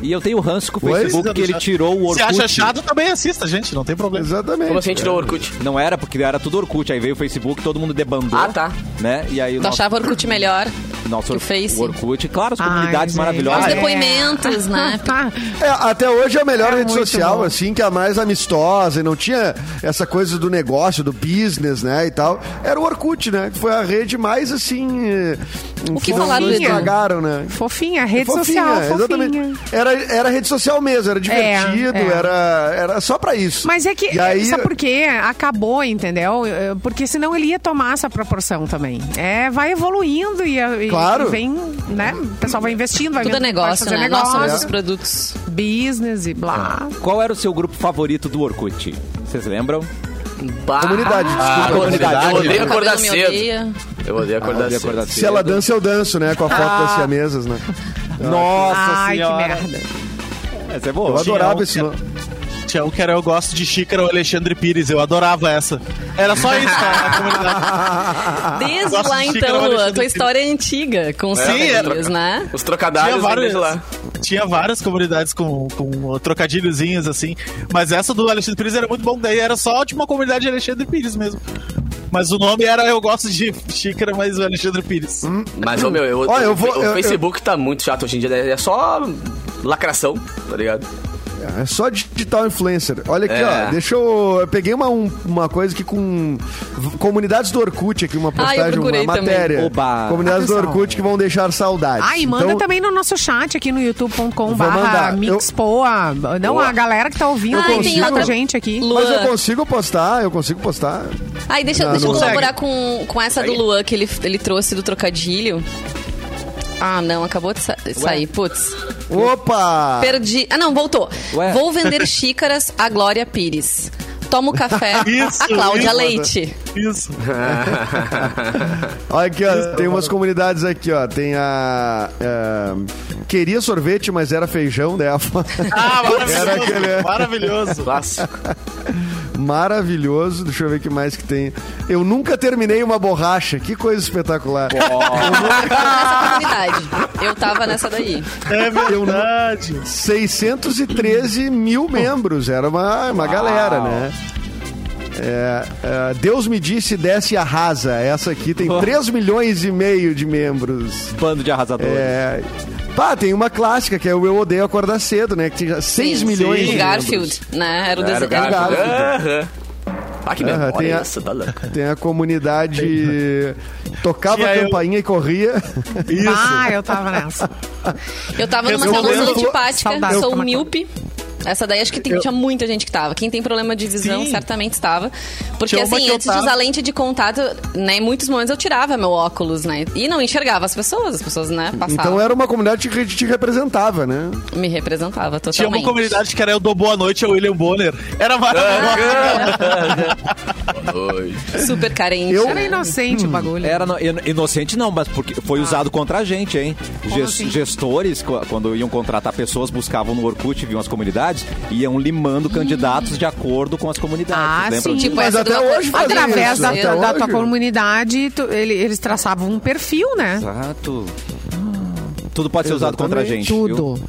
Speaker 1: E eu tenho ranço com o
Speaker 2: Oi?
Speaker 1: Facebook que ele tirou o Orkut.
Speaker 5: Se acha chato, também assista, gente. Não tem problema.
Speaker 2: Exatamente. é.
Speaker 3: Como assim tirou o Orkut?
Speaker 1: Não era, porque era tudo Orkut. Aí veio o Facebook, todo mundo debandou.
Speaker 3: Ah, tá.
Speaker 1: Né? E aí o
Speaker 6: Tu
Speaker 1: nosso,
Speaker 6: achava Orkut melhor?
Speaker 1: nosso
Speaker 6: que o
Speaker 1: Or-
Speaker 6: Face?
Speaker 1: Orkut. Claro, as
Speaker 4: Ai,
Speaker 1: comunidades
Speaker 4: gente.
Speaker 6: Os
Speaker 1: maravilhosas.
Speaker 4: Ah, é.
Speaker 6: depoimentos, né?
Speaker 4: Tá,
Speaker 2: É, até hoje é a melhor
Speaker 4: É
Speaker 2: rede
Speaker 4: muito
Speaker 2: social,
Speaker 4: bom.
Speaker 2: assim, que é a mais amistosa e não tinha essa coisa do negócio, do business, né, e tal. Era o Orkut, né? Que foi a rede mais, assim... eh,
Speaker 6: O que
Speaker 2: não-
Speaker 6: falaram
Speaker 2: não
Speaker 6: do Edu?
Speaker 2: estragaram, né?
Speaker 4: Fofinha, rede
Speaker 2: Fofinha,
Speaker 4: social, fofinha.
Speaker 2: exatamente. Era, era rede social mesmo, era divertido,
Speaker 4: é.
Speaker 2: Era, era só pra isso.
Speaker 4: Mas é que,
Speaker 2: E aí,
Speaker 4: sabe por quê? Acabou, entendeu? Eh, Porque senão ele ia tomar essa proporção também. É, vai evoluindo e, e-
Speaker 2: Claro.
Speaker 4: e vem, né? O pessoal vai investindo, vai
Speaker 6: Tudo é
Speaker 4: vendo,
Speaker 6: negócio,
Speaker 4: vai
Speaker 6: né?
Speaker 4: fazer
Speaker 6: Nós somos
Speaker 4: negócio,
Speaker 6: os produtos.
Speaker 4: business e
Speaker 2: Ah.
Speaker 4: blá.
Speaker 1: Qual era o seu grupo favorito do Orkut? Vocês lembram?
Speaker 3: Bah.
Speaker 2: Comunidade, Ah, desculpa,
Speaker 3: Ah, comunidade.
Speaker 1: comunidade.
Speaker 3: Eu odeio
Speaker 6: Meu
Speaker 3: acordar
Speaker 6: cabelo me
Speaker 3: cedo.
Speaker 6: odeia.
Speaker 3: Eu odeio
Speaker 1: Eu
Speaker 3: acordar
Speaker 1: odeio
Speaker 3: cedo.
Speaker 2: se ela dança, eu danço, né? Com a foto
Speaker 4: Ah.
Speaker 2: das siamesas, né?
Speaker 1: Nossa
Speaker 4: Ai,
Speaker 1: senhora.
Speaker 4: que merda.
Speaker 1: Essa é
Speaker 2: Eu
Speaker 1: boa.
Speaker 5: Tinha
Speaker 2: adorava
Speaker 5: um
Speaker 2: esse
Speaker 5: que-
Speaker 2: nome.
Speaker 5: Tinha um que era Eu Gosto de Xícara, o Alexandre Pires. Eu adorava essa. Era só isso, cara, a comunidade.
Speaker 6: Desde
Speaker 5: Gosto
Speaker 6: lá
Speaker 5: de xícara,
Speaker 6: então,
Speaker 5: mas
Speaker 6: Luan,
Speaker 5: deixa
Speaker 6: tua
Speaker 5: de-
Speaker 6: história é antiga com os
Speaker 5: É,
Speaker 6: trocadilhos, né?
Speaker 3: Os
Speaker 5: Tinha
Speaker 3: trocadilhos vêm
Speaker 5: várias,
Speaker 3: desde lá.
Speaker 5: tinha várias comunidades com, com trocadilhozinhos, assim. Mas essa do Alexandre Pires era muito bom. Daí era só de uma comunidade de Alexandre Pires mesmo. Mas o nome era Eu Gosto de Xícara, mas o Alexandre Pires.
Speaker 3: Mas, ô, meu, eu,
Speaker 2: Olha, eu vou-
Speaker 3: o
Speaker 2: eu-
Speaker 3: Facebook tá muito chato hoje em dia. né? É só lacração, tá ligado?
Speaker 2: É só digital influencer. Olha aqui,
Speaker 3: É.
Speaker 2: ó. Deixa eu. Eu peguei uma, um- uma coisa aqui com v- comunidades do Orkut aqui, uma postagem,
Speaker 6: Ah, procurei
Speaker 2: uma
Speaker 6: também.
Speaker 2: matéria.
Speaker 1: Oba.
Speaker 2: Comunidades do
Speaker 4: Atenção.
Speaker 2: Orkut que vão deixar Então, saudade.
Speaker 4: Ah, e manda também no nosso chat aqui no youtube.com barra
Speaker 2: mandar. Eu-
Speaker 4: mixpoa. Não,
Speaker 3: Boa.
Speaker 4: a galera que tá ouvindo,
Speaker 6: Ah,
Speaker 4: tá
Speaker 6: e tem
Speaker 4: ouvindo com a
Speaker 6: outra-
Speaker 4: gente aqui.
Speaker 2: Mas eu
Speaker 6: Luan.
Speaker 2: consigo postar, eu consigo postar.
Speaker 6: Aí deixa,
Speaker 2: Não,
Speaker 6: deixa eu
Speaker 2: não
Speaker 6: colaborar com, com essa do Luan que ele, ele trouxe do trocadilho. Ah, não, acabou de sa- sair. Putz,
Speaker 2: Opa!
Speaker 6: perdi. Ah, não, voltou.
Speaker 1: Ué.
Speaker 6: Vou vender xícaras a Glória Pires. Tomo café.
Speaker 5: Isso,
Speaker 6: a Cláudia
Speaker 5: isso.
Speaker 6: Leite.
Speaker 5: Isso.
Speaker 2: Olha aqui, ó, tem umas comunidades aqui, ó. Tem a. é, queria sorvete, mas era feijão, né? A foto-
Speaker 5: Ah, maravilhoso.
Speaker 2: Era aquele-
Speaker 5: Maravilhoso.
Speaker 3: Clássico.
Speaker 2: Maravilhoso. Deixa eu ver o que mais que tem. Eu nunca terminei uma borracha. Que coisa espetacular.
Speaker 6: Nessa comunidade. Eu tava nessa daí.
Speaker 5: É verdade.
Speaker 2: 613 mil membros. Era uma, uma galera, né? É, é, Deus me disse, desce e arrasa. Essa aqui tem 3 milhões e meio de membros.
Speaker 1: um Bando de arrasadores.
Speaker 2: É. Pá, tem uma clássica que é o Eu Odeio Acordar Cedo, né? Que tinha 6
Speaker 6: Sim.
Speaker 2: milhões
Speaker 6: O
Speaker 2: de
Speaker 6: Garfield, né? Era o desenho.
Speaker 2: Garfield.
Speaker 3: Aham. Ah, que
Speaker 2: Aham, tem
Speaker 3: memória
Speaker 2: a-
Speaker 3: essa, tá louco.
Speaker 2: membros. Tem a comunidade. Tocava
Speaker 5: Tinha
Speaker 2: a
Speaker 5: eu.
Speaker 2: campainha e corria.
Speaker 4: Ah, eu tava nessa.
Speaker 6: Eu tava numa
Speaker 5: Eu
Speaker 6: relação
Speaker 5: vou-
Speaker 6: antipática,
Speaker 4: Saudade.
Speaker 6: sou
Speaker 4: Eu-
Speaker 6: míope. Essa daí acho que tem- tinha muita gente que tava. Quem tem problema de visão
Speaker 5: Sim.
Speaker 6: certamente estava. Porque
Speaker 5: Tinha uma
Speaker 6: assim,
Speaker 5: que eu
Speaker 6: antes de usar
Speaker 5: tava.
Speaker 6: lente de contato, né, em muitos momentos eu tirava meu óculos, né? E não enxergava as pessoas, as pessoas, né, passavam.
Speaker 2: Então era uma comunidade que te representava, né?
Speaker 6: Me representava totalmente.
Speaker 5: é- Tinha uma comunidade que era eu dou boa noite ao William Bonner. Era maravilhoso.
Speaker 3: Oi.
Speaker 6: super carente.
Speaker 2: Eu- É,
Speaker 6: né?
Speaker 4: Era inocente o bagulho.
Speaker 1: Era no- ino- inocente não, mas porque foi usado contra a gente, hein? Ges-
Speaker 4: Ah. assim?
Speaker 1: Gestores, co- quando iam contratar pessoas, buscavam no Orkut, viam as comunidades, iam limando candidatos de acordo com as comunidades.
Speaker 2: tá,
Speaker 4: Ah,
Speaker 1: Lembram
Speaker 4: sim.
Speaker 1: disso?
Speaker 6: Tipo,
Speaker 2: Mas
Speaker 6: essa do
Speaker 2: até
Speaker 6: Acre-
Speaker 2: hoje fazia
Speaker 4: Através
Speaker 2: isso, né?
Speaker 4: da,
Speaker 2: até
Speaker 4: da- da
Speaker 2: hoje.
Speaker 4: tua comunidade, tu- ele- eles traçavam um perfil, né?
Speaker 1: Exato. Tudo pode ser usado contra a
Speaker 2: Exatamente.
Speaker 1: gente. viu?
Speaker 4: Tudo.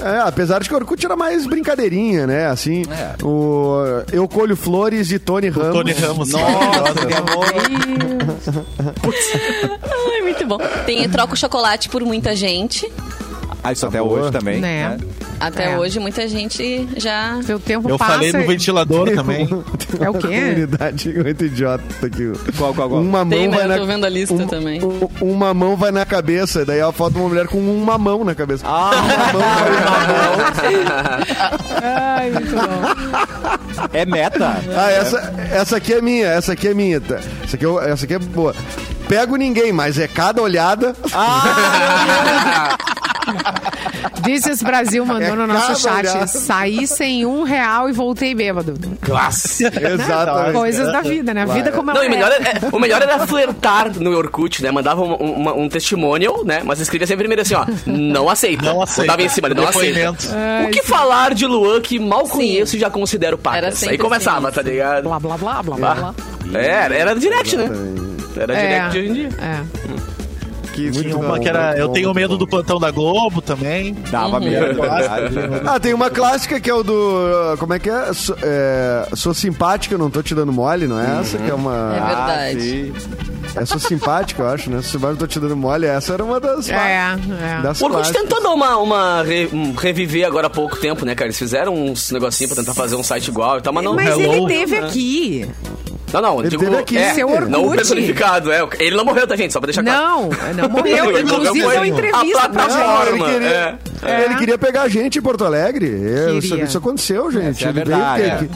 Speaker 2: É, apesar de que o Orkut era mais brincadeirinha, né? Assim,
Speaker 1: É.
Speaker 2: o Eu Colho Flores e Tony Ramos.
Speaker 5: Tony Ramos.
Speaker 1: Nossa, que amor.
Speaker 6: Ai, muito bom. Tem troco chocolate por muita gente.
Speaker 1: Ah, isso até
Speaker 2: Tá Boa.
Speaker 1: hoje também.
Speaker 4: Né.
Speaker 1: né?
Speaker 6: Até
Speaker 4: É.
Speaker 6: hoje muita gente já
Speaker 4: Teu tempo
Speaker 5: Eu
Speaker 4: passa.
Speaker 5: falei no ventilador também.
Speaker 4: É o quê?
Speaker 2: Comunidade muito idiota aqui.
Speaker 1: Qual, qual, qual?
Speaker 4: Hum.
Speaker 2: Uma
Speaker 6: tem,
Speaker 2: mão
Speaker 6: né?
Speaker 2: vai
Speaker 6: Eu
Speaker 2: na...
Speaker 6: tô vendo a lista
Speaker 2: um-
Speaker 6: também.
Speaker 2: um- Uma mão vai na cabeça, daí ela foto de uma mulher com uma mão na cabeça.
Speaker 1: Ah,
Speaker 2: Uma mão vai-
Speaker 4: Ai, muito bom.
Speaker 1: é meta.
Speaker 2: Ah, essa, essa aqui é minha, essa aqui é minha. tá? Essa aqui, eu- essa aqui é boa. Pego ninguém, mas é cada olhada.
Speaker 5: Ah,
Speaker 4: Dizes Brasil mandou
Speaker 2: É
Speaker 4: no nosso
Speaker 2: cada
Speaker 4: chat.
Speaker 2: olhar.
Speaker 4: Saí sem um real e voltei bêbado.
Speaker 3: Clássico.
Speaker 2: Exatamente.
Speaker 4: então, Coisas da vida, né? A vida como
Speaker 3: Não,
Speaker 4: ela
Speaker 3: e
Speaker 4: é.
Speaker 3: melhor era- é- o melhor era flertar no Orkut, né? Mandava um, um- uma- um testemunho, né? Mas escrevia sempre primeiro assim, ó. Não aceita.
Speaker 5: Não aceita.
Speaker 3: Botava em cima, ele não aceita.
Speaker 5: Depoimento.
Speaker 3: O que falar de Luan que mal conheço e já considero
Speaker 6: Era
Speaker 3: pacas?
Speaker 6: sempre
Speaker 3: Aí começava,
Speaker 6: assim.
Speaker 3: tá ligado?
Speaker 4: Blá, blá, blá, blá, blá, blá.
Speaker 3: É, era, era direct, né? Era direct de hoje em dia.
Speaker 4: É.
Speaker 2: Que
Speaker 5: Tinha
Speaker 2: muito
Speaker 5: uma
Speaker 2: bom,
Speaker 5: que era
Speaker 2: muito
Speaker 5: Eu
Speaker 2: bom,
Speaker 5: Tenho
Speaker 2: muito
Speaker 5: Medo
Speaker 2: bom.
Speaker 5: do Plantão da Globo também.
Speaker 1: Dava
Speaker 4: Uhum.
Speaker 1: medo, verdade.
Speaker 2: Ah, tem uma clássica que é o do. uh, Como é que é? So- é, sou simpática, eu não tô te dando mole, não é essa? Que é
Speaker 5: Ah,
Speaker 6: É
Speaker 2: uma.
Speaker 6: verdade.
Speaker 2: É, sou simpática, eu acho, né? Se eu não tô te dando mole, essa era uma das.
Speaker 4: É, é.
Speaker 2: das
Speaker 3: O Orkut
Speaker 2: clássicas.
Speaker 3: tentou dar uma, uma re- um reviver agora há pouco tempo, né, cara? Eles fizeram uns negocinhos pra tentar fazer um site igual e tal, mas não...
Speaker 4: Mas
Speaker 2: um
Speaker 4: ele
Speaker 5: Hello,
Speaker 2: É.
Speaker 4: teve
Speaker 3: né?
Speaker 4: aqui.
Speaker 3: Não, não,
Speaker 2: Ele
Speaker 3: digo...
Speaker 2: teve aqui.
Speaker 3: é,
Speaker 4: Seu
Speaker 3: Não
Speaker 4: Orkut.
Speaker 3: personificado, é. Ele não morreu, tá, gente? Só pra deixar claro.
Speaker 4: Não, não morreu.
Speaker 3: Ele morreu,
Speaker 2: um
Speaker 4: Inclusive,
Speaker 3: foi
Speaker 4: deu entrevista
Speaker 3: a
Speaker 4: pra gente.
Speaker 3: plataforma.
Speaker 2: Ele queria,
Speaker 3: É,
Speaker 4: é.
Speaker 2: ele queria pegar a gente em Porto Alegre. É, Isso,
Speaker 4: Queria.
Speaker 2: isso aconteceu,
Speaker 1: Essa
Speaker 2: gente.
Speaker 1: é a
Speaker 2: ele
Speaker 1: verdade,
Speaker 2: veio aqui.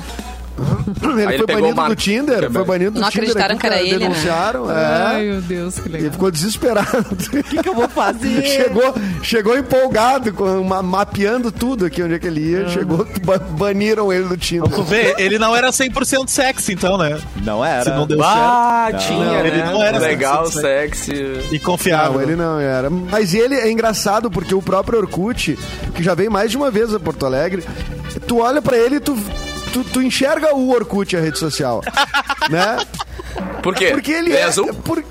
Speaker 2: Ele
Speaker 3: ele
Speaker 2: foi
Speaker 3: pegou o
Speaker 2: banido
Speaker 3: Marco.
Speaker 2: do Tinder. Foi banido do
Speaker 6: Não
Speaker 2: Tinder.
Speaker 6: acreditaram
Speaker 2: aqui,
Speaker 6: que era
Speaker 2: cara,
Speaker 6: ele, né?
Speaker 2: Denunciaram.
Speaker 4: Ai,
Speaker 2: É.
Speaker 4: meu Deus, que
Speaker 2: Ele
Speaker 4: legal.
Speaker 2: ficou desesperado. O que, eu vou fazer? Chegou, chegou empolgado, com uma- mapeando tudo aqui onde é que ele ia. Chegou, ba- baniram ele do Tinder.
Speaker 5: Tu vê, ele não era 100% sexy, então, né?
Speaker 1: Não era.
Speaker 5: Se não deu
Speaker 3: Ah, tinha,
Speaker 5: Não,
Speaker 3: né?
Speaker 5: ele não era
Speaker 3: Legal,
Speaker 5: sexy.
Speaker 3: sexy.
Speaker 5: E confiável.
Speaker 2: Não, ele não era. Mas ele é engraçado porque o próprio Orkut, que já veio mais de uma vez a Porto Alegre, tu olha pra ele e tu, tu, tu enxerga o Orkut, a rede social. né?
Speaker 3: Por quê?
Speaker 2: Porque ele é.
Speaker 3: azul?
Speaker 2: por-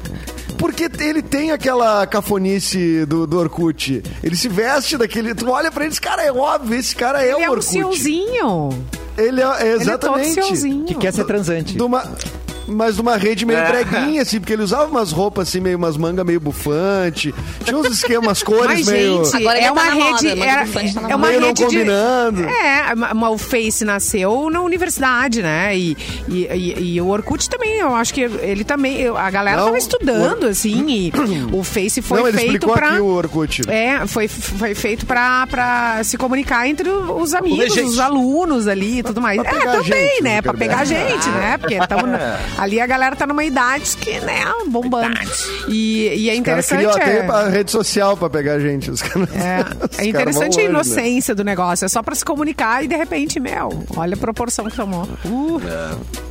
Speaker 2: porque ele tem aquela cafonice do, do Orkut. Ele se veste daquele. Tu olha pra ele e diz, cara, é óbvio, esse cara é o
Speaker 4: Ele é um
Speaker 2: Orkut.
Speaker 4: seuzinho.
Speaker 2: Ele é, é exatamente.
Speaker 4: Ele é todo seuzinho.
Speaker 1: Que quer ser transante.
Speaker 2: de uma, mas de uma rede meio
Speaker 3: É.
Speaker 2: breguinha, assim, porque ele usava umas roupas assim, meio umas mangas meio bufante. Tinha uns esquemas, cores
Speaker 4: Mas,
Speaker 2: meio.
Speaker 4: gente,
Speaker 6: Agora
Speaker 4: é
Speaker 6: já tá
Speaker 4: uma
Speaker 6: na moda,
Speaker 4: rede.
Speaker 6: mas
Speaker 4: era-
Speaker 6: o Bufante tá
Speaker 4: é
Speaker 6: na
Speaker 4: uma
Speaker 2: moda. Meio não
Speaker 4: rede de-
Speaker 2: combinando.
Speaker 4: É, uma- uma- o Face nasceu na universidade, né? E, e, e- e o Orkut também, eu acho que ele também. eu- A galera
Speaker 2: Não,
Speaker 4: tava estudando, assim, e o Face foi
Speaker 2: Não, ele
Speaker 4: feito
Speaker 2: explicou
Speaker 4: pra.
Speaker 2: aqui o Orkut.
Speaker 4: É, foi, foi feito pra, pra se comunicar entre os amigos,
Speaker 5: gente.
Speaker 4: os alunos ali e tudo mais.
Speaker 2: Pra
Speaker 4: É,
Speaker 2: pegar
Speaker 4: também,
Speaker 2: gente, É.
Speaker 4: né? Pra
Speaker 2: Zuckerberg.
Speaker 4: pegar gente, né? Porque tamo, Ali a galera tá numa idade que, né, bombando. E, e é
Speaker 2: Cara,
Speaker 4: interessante.
Speaker 2: criou até
Speaker 4: é-
Speaker 2: a rede social pra pegar gente. Os caras, os
Speaker 4: É,
Speaker 2: caras
Speaker 4: é interessante
Speaker 2: vão longe, né?
Speaker 4: a inocência do negócio. É só pra se comunicar e de repente, meu, olha a proporção que tomou. Uh,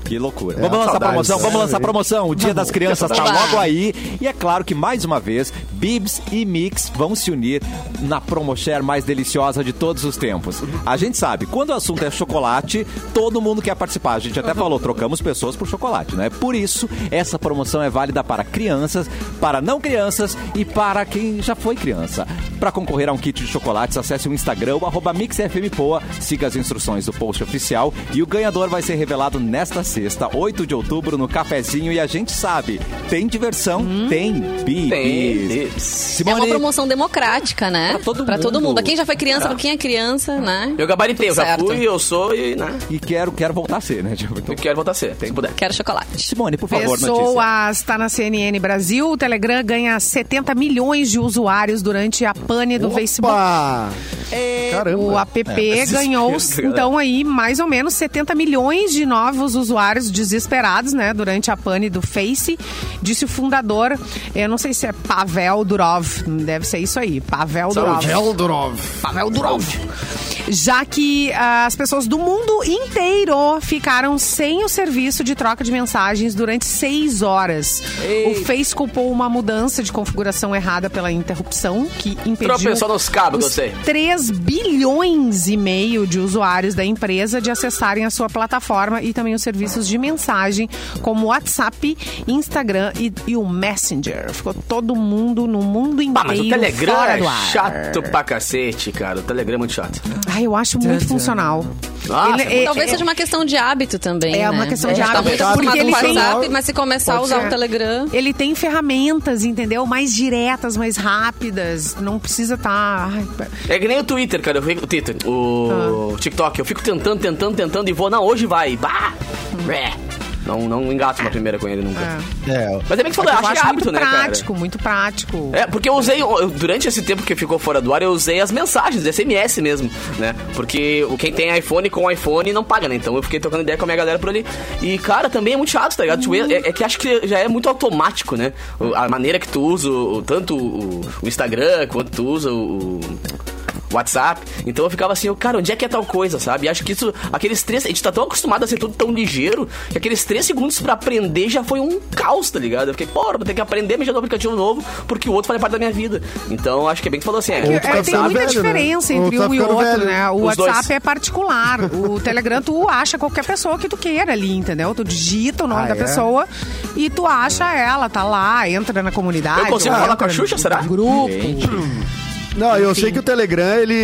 Speaker 1: Que loucura. vamos lançar
Speaker 2: saudades.
Speaker 1: promoção, vamos lançar promoção. O Dia das Crianças tá
Speaker 6: saudades.
Speaker 1: logo aí. E é claro que, mais uma vez, Bibs e Mix vão se unir na promoshare mais deliciosa de todos os tempos. A gente sabe, quando o assunto é chocolate, todo mundo quer participar. A gente até falou, trocamos pessoas por chocolate, né? Por isso, essa promoção é válida para crianças, para não crianças e para quem já foi criança. Para concorrer a um kit de chocolates, acesse o Instagram, o arroba MixFMPoa, siga as instruções do post oficial e o ganhador vai ser revelado nesta sexta, 8 de outubro, no cafezinho. E a gente sabe, tem diversão,
Speaker 4: Hum.
Speaker 1: tem bibis.
Speaker 3: Tem bibis.
Speaker 6: É uma
Speaker 1: Simone,
Speaker 6: promoção democrática, né?
Speaker 1: Pra todo mundo.
Speaker 6: Pra quem já foi criança, pra quem é criança, né?
Speaker 3: Eu gabaritei, eu
Speaker 6: Tudo
Speaker 3: já
Speaker 6: certo.
Speaker 3: fui, eu sou e, né?
Speaker 1: e quero, quero voltar a ser, né? Diego? Então,
Speaker 3: Eu quero voltar a ser, se puder.
Speaker 6: Quero chocolate.
Speaker 1: Simone, por favor, notícia.
Speaker 4: pessoas, tá na CNN Brasil. O Telegram ganha 70 milhões de usuários durante a pane do Facebook.
Speaker 2: Opa! Caramba.
Speaker 4: O app ganhou,
Speaker 3: desespero,
Speaker 4: então, aí, mais ou menos 70 milhões de novos usuários desesperados, né, durante a pane do Face, disse o fundador, eu não sei se é Pavel Durov, deve ser isso aí, Pavel Durov.
Speaker 2: Veldorov.
Speaker 4: Pavel Durov. Já que ah, as pessoas do mundo inteiro ficaram sem o serviço de troca de mensagens durante seis horas. O Face culpou uma mudança de configuração errada pela interrupção, que impediu
Speaker 3: Tropeçou nos cabos,
Speaker 4: os
Speaker 3: gostei.
Speaker 4: 3 bilhões e meio de usuários da empresa de acessarem a sua plataforma e também os serviços de mensagem, como WhatsApp, Instagram e, e o Messenger. Ficou todo mundo no mundo inteiro
Speaker 3: Ah, mas o Telegram
Speaker 4: fora
Speaker 3: é
Speaker 4: do ar.
Speaker 3: chato pra cacete, cara. O Telegram é muito chato.
Speaker 4: Ai, Ah, eu acho muito funcional.
Speaker 3: Nossa,
Speaker 4: Ele-
Speaker 6: Talvez
Speaker 4: é-
Speaker 3: um
Speaker 6: seja uma questão de hábito também.
Speaker 4: É uma
Speaker 6: né?
Speaker 4: questão
Speaker 6: A
Speaker 4: de
Speaker 6: gente
Speaker 4: hábito,
Speaker 6: Tá muito
Speaker 4: porque
Speaker 6: acostumado
Speaker 4: ele
Speaker 6: com o
Speaker 4: tem-
Speaker 6: WhatsApp, mas se começar a
Speaker 4: Pode
Speaker 6: usar
Speaker 4: ser.
Speaker 6: o Telegram.
Speaker 4: Ele tem ferramentas, entendeu? Mais diretas, mais rápidas. Não precisa tá, estar.
Speaker 3: É que nem o Twitter, cara. Eu fico, o Twitter, o TikTok. Eu fico tentando, tentando, tentando e vou, não, hoje vai. Bah! Bé. Não, não engato na primeira com ele nunca.
Speaker 5: É,
Speaker 3: Mas é bem que você falou,
Speaker 4: eu
Speaker 3: acho que é
Speaker 4: acho
Speaker 3: hábito,
Speaker 4: muito
Speaker 3: né,
Speaker 4: prático,
Speaker 3: cara?
Speaker 4: muito prático.
Speaker 3: É, porque eu usei, eu- durante esse tempo que ficou fora do ar, eu usei as mensagens, SMS mesmo, né? Porque o- quem tem iPhone com iPhone não paga, né? Então eu fiquei trocando ideia com a minha galera por ali. E, cara, também é muito chato, tá ligado? Tipo, é, é que acho que já é muito automático, né? O- A maneira que tu usa, o- tanto o, o Instagram quanto tu usa o. o WhatsApp, então eu ficava assim, eu, cara, onde é que é tal coisa, sabe? E acho que isso, aqueles três, a gente tá tão acostumado a ser tudo tão ligeiro, que aqueles três segundos pra aprender já foi um caos, tá ligado? Eu fiquei, porra, vou ter que aprender a mexer no aplicativo novo, porque o outro faz parte da minha vida. Então acho que é bem que tu falou assim, é,
Speaker 2: Ou
Speaker 4: É,
Speaker 2: tu tá
Speaker 4: tem
Speaker 2: ficando
Speaker 4: muita
Speaker 2: velho, né?
Speaker 4: diferença
Speaker 2: Ou
Speaker 4: entre
Speaker 2: tu tá
Speaker 4: um e
Speaker 2: ficando
Speaker 4: outro,
Speaker 2: velho.
Speaker 4: né? O
Speaker 3: Os
Speaker 4: WhatsApp
Speaker 3: dois.
Speaker 4: é particular. O Telegram, tu acha qualquer pessoa que tu queira ali, entendeu? Tu digita o nome
Speaker 2: Ah,
Speaker 4: da
Speaker 2: é?
Speaker 4: pessoa e tu acha ela, tá lá, entra na comunidade.
Speaker 3: Eu consigo
Speaker 4: ou
Speaker 3: falar
Speaker 4: entra
Speaker 3: com a
Speaker 4: no
Speaker 3: Xuxa, será?
Speaker 4: Grupo.
Speaker 2: Não, eu sei que o Telegram, ele,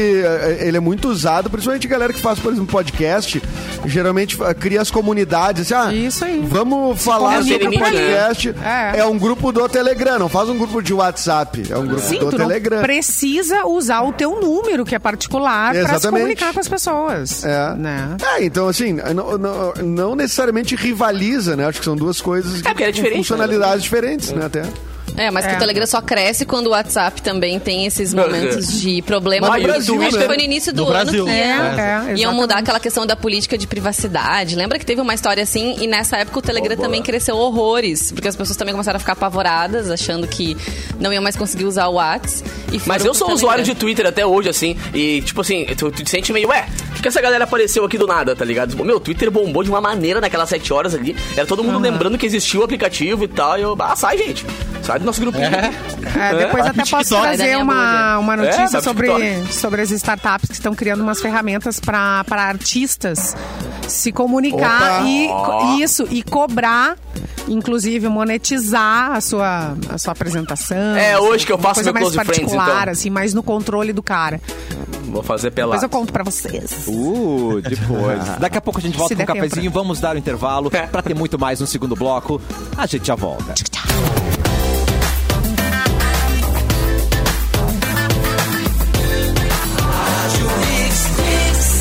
Speaker 2: ele é muito usado, principalmente a galera que faz, por exemplo, podcast, geralmente ah, cria as comunidades, assim, ah,
Speaker 4: Isso aí.
Speaker 2: vamos falar
Speaker 4: comunica
Speaker 2: sobre o
Speaker 3: por ali.
Speaker 2: podcast,
Speaker 4: É.
Speaker 2: é. um grupo do Telegram, não faz um grupo de WhatsApp, é um grupo
Speaker 4: Sim,
Speaker 2: do
Speaker 4: tu não
Speaker 2: Telegram.
Speaker 4: precisa usar o teu número, que é particular, pra se
Speaker 2: Exatamente.
Speaker 4: comunicar com as pessoas.
Speaker 2: É.
Speaker 4: Né?
Speaker 2: É, então assim, não, não- não necessariamente rivaliza, né? Acho que são duas coisas que
Speaker 3: porque é
Speaker 2: com
Speaker 3: diferente, né?
Speaker 2: funcionalidades diferentes, né? Até.
Speaker 6: É, mas que
Speaker 4: É.
Speaker 6: o Telegram só cresce quando o WhatsApp também tem esses
Speaker 3: Mas,
Speaker 6: momentos de problema.
Speaker 2: Mas no
Speaker 6: Porque
Speaker 2: Brasil,
Speaker 6: acho
Speaker 2: né?
Speaker 6: que foi no início do
Speaker 5: No
Speaker 6: ano
Speaker 5: Brasil.
Speaker 6: que
Speaker 5: É,
Speaker 4: é,
Speaker 6: iam
Speaker 4: exatamente.
Speaker 6: mudar aquela questão da política de privacidade. Lembra que teve uma história assim e nessa época o Telegram também cresceu horrores, porque as pessoas também começaram a ficar apavoradas, achando que não iam mais conseguir usar o WhatsApp. e
Speaker 3: Mas
Speaker 6: foram
Speaker 3: eu sou
Speaker 6: pro
Speaker 3: usuário de
Speaker 6: Telegram.
Speaker 3: Twitter até hoje, assim, e tipo assim, tu, tu te sente meio, ué, por que essa galera apareceu aqui do nada, tá ligado? Tipo, Meu, o Twitter bombou de uma maneira naquelas 7 horas ali, era todo mundo lembrando que existia o aplicativo e tal, e eu, ah, sai, gente, sai do nosso grupinho.
Speaker 4: É, depois até
Speaker 5: TikTok.
Speaker 4: posso trazer
Speaker 6: Daniel
Speaker 4: uma,
Speaker 6: né? Mulher.
Speaker 4: uma
Speaker 3: É,
Speaker 4: notícia
Speaker 3: vai pro
Speaker 4: sobre,
Speaker 3: TikTok.
Speaker 4: sobre as startups que estão criando umas ferramentas para artistas se comunicar
Speaker 2: Opa.
Speaker 4: e co- isso e cobrar, inclusive monetizar a sua, a sua apresentação.
Speaker 3: É,
Speaker 4: assim,
Speaker 3: hoje que eu
Speaker 4: uma
Speaker 3: faço
Speaker 4: coisa
Speaker 3: meu
Speaker 4: mais
Speaker 3: close friends,
Speaker 4: particular,
Speaker 3: então.
Speaker 4: assim, mais no controle do cara.
Speaker 3: Vou fazer pela.
Speaker 4: Depois eu conto para vocês.
Speaker 1: Uh, depois. Daqui a pouco a gente volta
Speaker 4: Se
Speaker 1: com
Speaker 4: der né?
Speaker 1: o cafezinho, vamos dar o intervalo
Speaker 3: É.
Speaker 1: pra ter muito mais no segundo bloco. A gente já volta.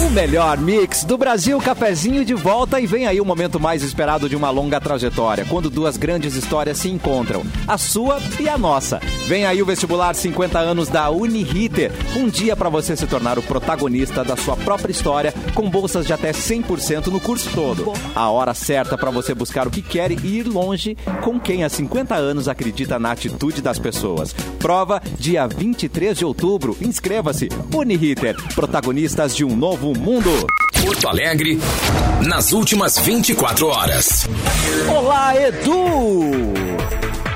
Speaker 1: O melhor mix do Brasil, cafezinho de volta e vem aí o momento mais esperado de uma longa trajetória, quando duas grandes histórias se encontram, a sua e a nossa. Vem aí o vestibular 50 anos da Uniriter, um dia para você se tornar o protagonista da sua própria história, com bolsas de até 100% no curso todo. A hora certa para você buscar o que quer e ir longe com quem há 50 anos acredita na atitude das pessoas. Prova dia 23 de outubro. Inscreva-se. Uniriter, protagonistas de um novo mundo.
Speaker 7: Porto Alegre, nas últimas 24 horas.
Speaker 1: Olá, Edu!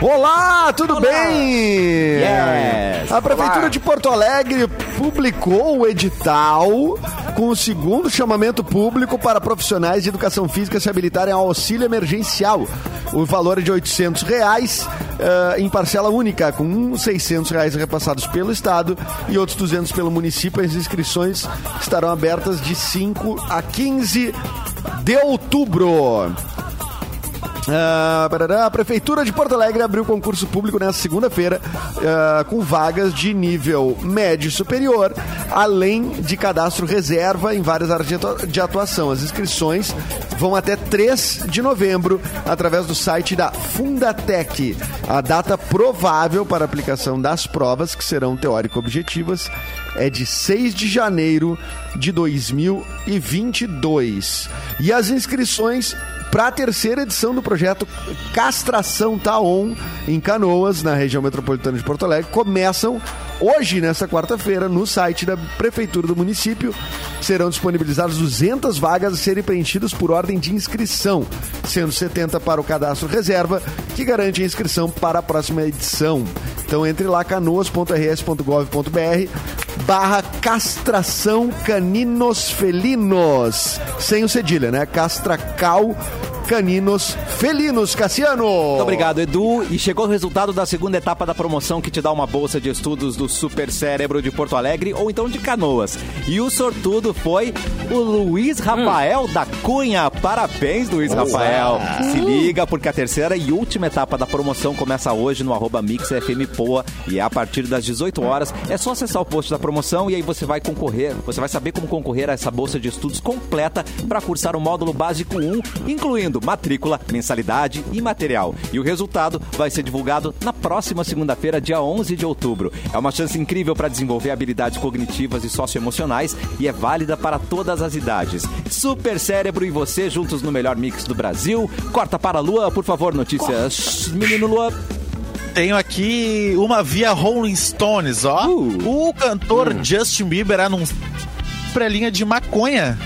Speaker 2: Olá, tudo bem?
Speaker 1: Ah, Yes.
Speaker 2: A Prefeitura de Porto Alegre publicou o edital com o segundo chamamento público para profissionais de educação física se habilitarem ao auxílio emergencial. O valor é de R$ 800 reais, eh, em parcela única, com R$ 600 reais repassados pelo Estado e outros 200 pelo município. As inscrições estarão abertas de 5 a 15 de outubro. Ah, parará. a Prefeitura de Porto Alegre abriu concurso público nesta segunda-feira ah, com vagas de nível médio e superior, além de cadastro reserva em várias áreas de atua- de atuação. As inscrições vão até 3 de novembro através do site da Fundatec. A data provável para aplicação das provas, que serão teórico-objetivas, é de 6 de janeiro de 2022. E as inscrições para a terceira edição do projeto Castração Taon em Canoas, na região metropolitana de Porto Alegre, começam hoje, nesta quarta-feira, no site da Prefeitura do município. Serão disponibilizadas 200 vagas a serem preenchidas por ordem de inscrição, sendo 70 para o cadastro reserva, que garante a inscrição para a próxima edição. Então entre lá, canoas.rs.gov.br barra castração caninos felinos. Sem o cedilha, né? Castracal caninos felinos, Cassiano.
Speaker 1: Muito obrigado, Edu. E chegou o resultado da segunda etapa da promoção que te dá uma bolsa de estudos do Super Cérebro de Porto Alegre ou então de Canoas. E o sortudo foi o Luiz Rafael da Cunha. Parabéns, Luiz Rafael. Se liga, porque a terceira e última etapa da promoção começa hoje no arroba Mix FM Poa e é a partir das 18 horas. É só acessar o post da promoção e aí você vai concorrer. Você vai saber como concorrer a essa bolsa de estudos completa para cursar o módulo básico 1, incluindo matrícula, mensalidade e material. E o resultado vai ser divulgado na próxima segunda-feira, dia 11 de outubro. É uma chance incrível para desenvolver habilidades cognitivas e socioemocionais e é válida para todas as idades. Super Cérebro e você juntos no melhor mix do Brasil. Corta para a Lua, por favor, notícias. Menino Lua.
Speaker 5: Tenho aqui uma via Rolling Stones, ó.
Speaker 1: Uh.
Speaker 5: O cantor Justin Bieber anunciou pra linha de maconha.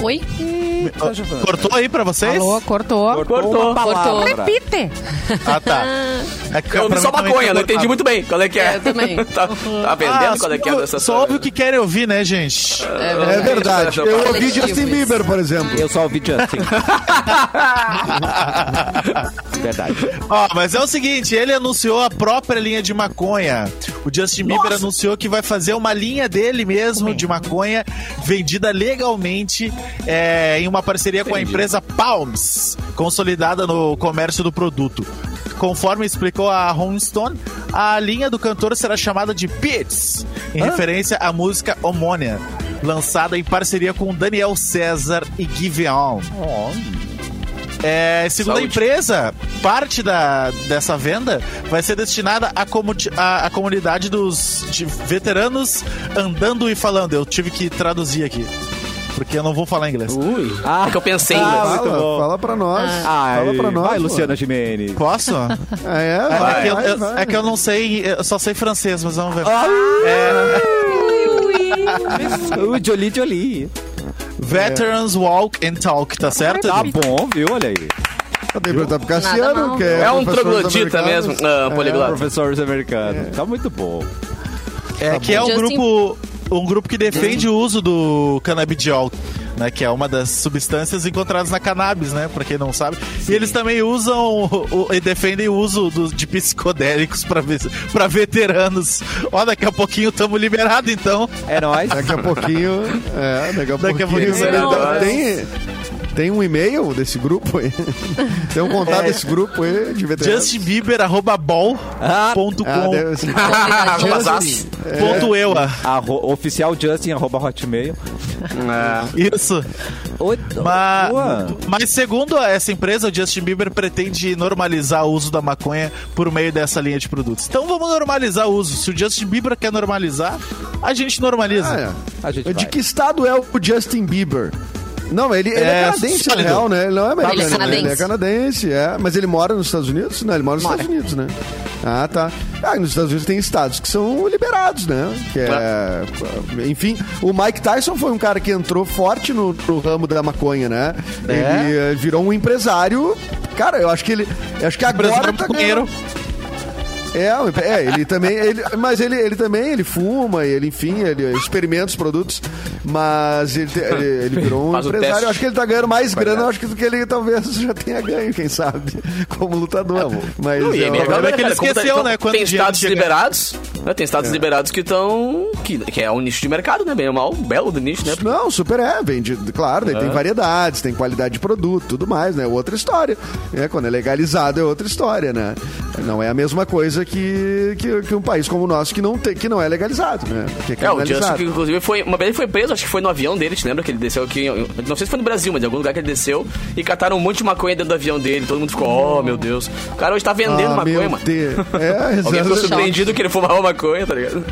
Speaker 6: Oi?
Speaker 1: Ah.
Speaker 5: Cortou aí pra vocês?
Speaker 4: Alô, cortou.
Speaker 1: Cortou, uma palavra.
Speaker 4: Repite.
Speaker 5: Ah, tá. É que
Speaker 3: Eu ouvi
Speaker 5: pra
Speaker 3: só
Speaker 5: mim também
Speaker 3: maconha,
Speaker 5: tá
Speaker 3: não entendi
Speaker 5: cortado.
Speaker 3: muito bem qual é que é.
Speaker 6: Eu também.
Speaker 3: tá, tá aprendendo
Speaker 5: Ah,
Speaker 3: qual é que é
Speaker 5: só-
Speaker 3: dessa
Speaker 5: Só ouve o que querem ouvir, né, gente?
Speaker 2: É verdade. Eu ouvi Justin Bieber, por exemplo.
Speaker 1: Eu só ouvi Justin. Verdade.
Speaker 5: Ó, mas é o seguinte, ele anunciou a própria linha de maconha. O Justin Bieber anunciou que vai fazer uma linha dele mesmo de maconha vendida legalmente é, em uma parceria com a empresa Palms, consolidada no comércio do produto. Conforme explicou a Rolling Stone, a linha do cantor será chamada de Beats, em referência à música homônia, lançada em parceria com Daniel César e Giveon. É, segundo a
Speaker 3: Saúde.
Speaker 5: empresa, parte da, dessa venda vai ser destinada à, comu- à- à comunidade dos de veteranos andando e falando. Eu tive que traduzir aqui, porque eu não vou falar inglês.
Speaker 1: Ah,
Speaker 3: É que eu pensei ainda.
Speaker 1: Ah, muito bom. Ah,
Speaker 2: Fala, fala pra nós. fala pra nós.
Speaker 1: vai,
Speaker 2: pô.
Speaker 1: Luciana Gimenez.
Speaker 5: Posso?
Speaker 2: Ah, É,
Speaker 5: É,
Speaker 2: vai,
Speaker 5: é que eu,
Speaker 2: vai,
Speaker 5: eu-
Speaker 2: vai. Ah!
Speaker 5: é que eu não sei, eu só sei francês, mas vamos ver. É,
Speaker 1: O Jolie Jolie.
Speaker 5: Veterans Walk and Talk, tá certo?
Speaker 1: Tá bom, viu? Olha aí.
Speaker 2: Tá Eu dei pra perguntar pro Cassiano,
Speaker 6: mal.
Speaker 2: que
Speaker 3: É um
Speaker 2: professor dos
Speaker 3: troglodita
Speaker 2: americanos. É.
Speaker 3: mesmo, ah, poliglota.
Speaker 1: Professores americanos. Tá muito bom.
Speaker 5: É que é um
Speaker 6: Justin-
Speaker 5: grupo, um grupo que defende o uso do canabidiol, né? Que é uma das substâncias encontradas na cannabis, né? Pra quem não sabe. E eles também usam o- o- e defendem o uso do- de psicodélicos pra, ve- pra veteranos. Ó, daqui a pouquinho estamos liberados, então.
Speaker 1: É nóis.
Speaker 2: Tá Daqui a pouquinho. É, daqui a
Speaker 5: Daqui a
Speaker 2: pouquinho.
Speaker 5: pouquinho
Speaker 2: né?
Speaker 5: será
Speaker 2: Então,
Speaker 3: nós.
Speaker 2: tem, Tem um e-mail desse grupo aí? Tem um contato
Speaker 5: É.
Speaker 2: desse grupo aí de veteranos? Ah,
Speaker 5: justinbieber.bol.com.eu.
Speaker 2: deve ser.
Speaker 3: ah, Vazaz.
Speaker 1: Arro, oficial Justin, arroba hotmail.
Speaker 5: Isso. Mas,
Speaker 1: Boa.
Speaker 5: Ah, mas segundo essa empresa, o Justin Bieber pretende normalizar o uso da maconha por meio dessa linha de produtos. Então vamos normalizar o uso. Se o Justin Bieber quer normalizar, a gente normaliza.
Speaker 2: Ah,
Speaker 1: A gente
Speaker 2: é. De
Speaker 1: vai.
Speaker 2: que estado é o Justin Bieber? Não, ele, ele é,
Speaker 5: É,
Speaker 2: canadense, na
Speaker 5: sólido.
Speaker 2: real, né? Ele não é americano,
Speaker 6: Ele é
Speaker 2: né? Ele é
Speaker 6: canadense.
Speaker 2: canadense, é. Mas ele mora nos Estados Unidos? Não, ele mora nos Estados Unidos, né? Ah, tá. Ah, e nos Estados Unidos tem estados que são liberados, né? Que é... Enfim, o Mike Tyson foi um cara que entrou forte no, no ramo da maconha, né?
Speaker 1: É.
Speaker 2: Ele eh, virou um empresário. Cara, eu acho que ele. eu acho que agora
Speaker 5: Brasileiro
Speaker 2: tá
Speaker 5: maconheiro.
Speaker 2: ganhando, é, é, ele também, ele, mas ele, ele também, ele fuma, ele, enfim, ele experimenta os produtos, mas ele, te- ele, ele virou um
Speaker 3: Faz o
Speaker 2: empresário.
Speaker 3: teste.
Speaker 2: Eu acho que ele tá ganhando mais grana, eu acho que do que ele talvez já tenha ganho, quem sabe, como lutador. Mas
Speaker 3: Não, e
Speaker 2: é
Speaker 3: é
Speaker 2: uma-
Speaker 3: legal,
Speaker 5: é
Speaker 3: cara?
Speaker 5: que ele
Speaker 3: Como tá-
Speaker 5: esqueceu,
Speaker 3: então,
Speaker 5: né, quando
Speaker 3: Tem
Speaker 5: o dinheiro
Speaker 3: estados
Speaker 5: chega. É.
Speaker 3: liberados, né? Tem estados liberados que estão. Que, que é um nicho de mercado, né? Bem ou mal, um belo do nicho, né?
Speaker 2: Não, super é, vende, claro, daí
Speaker 3: É.
Speaker 2: tem variedades, tem qualidade de produto, tudo mais, né? Outra história. É, quando é legalizado é outra história, né? Não é a mesma coisa que, que, que um país como o nosso que não, tem, que não é legalizado, né? Que
Speaker 3: É, o Justin,
Speaker 2: criminalizado.
Speaker 3: que inclusive foi. Uma vez ele foi preso, acho que foi no avião dele, te lembra que ele desceu aqui. em- Não sei se foi no Brasil, mas em algum lugar que ele desceu e cataram um monte de maconha dentro do avião dele. Todo mundo ficou, oh meu Deus. O cara hoje tá vendendo
Speaker 2: Ah,
Speaker 3: maconha,
Speaker 2: meu
Speaker 3: mano.
Speaker 2: Deus. É,
Speaker 3: Alguém ficou
Speaker 2: exato.
Speaker 3: surpreendido que ele fumava maconha, tá ligado?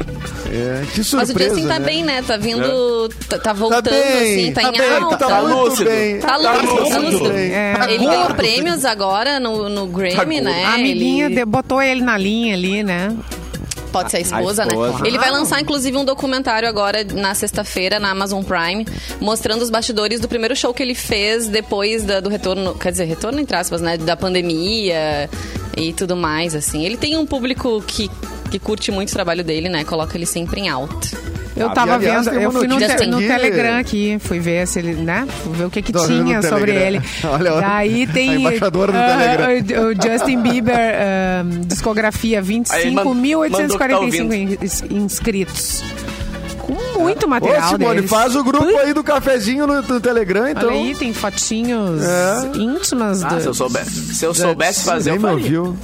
Speaker 2: É, que
Speaker 6: Mas
Speaker 2: surpresa,
Speaker 6: o Justin tá
Speaker 2: né?
Speaker 6: bem, né? Tá vindo. Tá, tá voltando, assim, tá, em
Speaker 2: bem,
Speaker 6: alta.
Speaker 2: Tá muito
Speaker 3: lúcido.
Speaker 2: bem.
Speaker 6: Tá lúcido, tá lúcido.
Speaker 2: É.
Speaker 6: Ele ganhou prêmios agora no, no Grammy,
Speaker 3: gordo.
Speaker 6: né?
Speaker 4: A amiguinha
Speaker 6: Ele-
Speaker 4: de- botou ele na linha ali, né?
Speaker 6: Pode ser a esposa,
Speaker 1: a esposa.
Speaker 6: né? Ele vai lançar, inclusive, um documentário agora na sexta-feira na Amazon Prime, mostrando os bastidores do primeiro show que ele fez depois da- do retorno, quer dizer, retorno entre aspas, né? Da pandemia e tudo mais, assim. Ele tem um público que, que curte muito o trabalho dele, né? Coloca ele sempre em alta.
Speaker 4: Eu
Speaker 2: Ah,
Speaker 4: tava
Speaker 2: e, aliás,
Speaker 4: vendo,
Speaker 2: tem
Speaker 4: eu
Speaker 2: uma
Speaker 4: fui no,
Speaker 2: notícia
Speaker 4: te- no
Speaker 2: aqui.
Speaker 4: Telegram aqui, fui ver se ele, né? Fui ver o que que
Speaker 2: Tô vendo
Speaker 4: tinha
Speaker 2: no
Speaker 4: sobre ele.
Speaker 2: Telegram. Olha, olha,
Speaker 4: Daí tem
Speaker 2: a embaixadora do
Speaker 4: ah,
Speaker 2: Telegram.
Speaker 4: o, o Justin Bieber, ah, discografia
Speaker 3: Aí ele man- mandou que tá
Speaker 4: 25.845
Speaker 3: ouvindo.
Speaker 4: ins- inscritos. Com muito
Speaker 2: É. Ô,
Speaker 4: material
Speaker 2: Simone,
Speaker 4: deles.
Speaker 2: faz o grupo aí do cafezinho no, no Telegram, então.
Speaker 4: Olha aí, tem fotinhos
Speaker 2: É.
Speaker 4: íntimas
Speaker 3: Ah,
Speaker 4: do...
Speaker 3: se eu soubesse. Se eu soubesse fazer, eu
Speaker 2: Nem me
Speaker 3: faria.
Speaker 2: ouviu.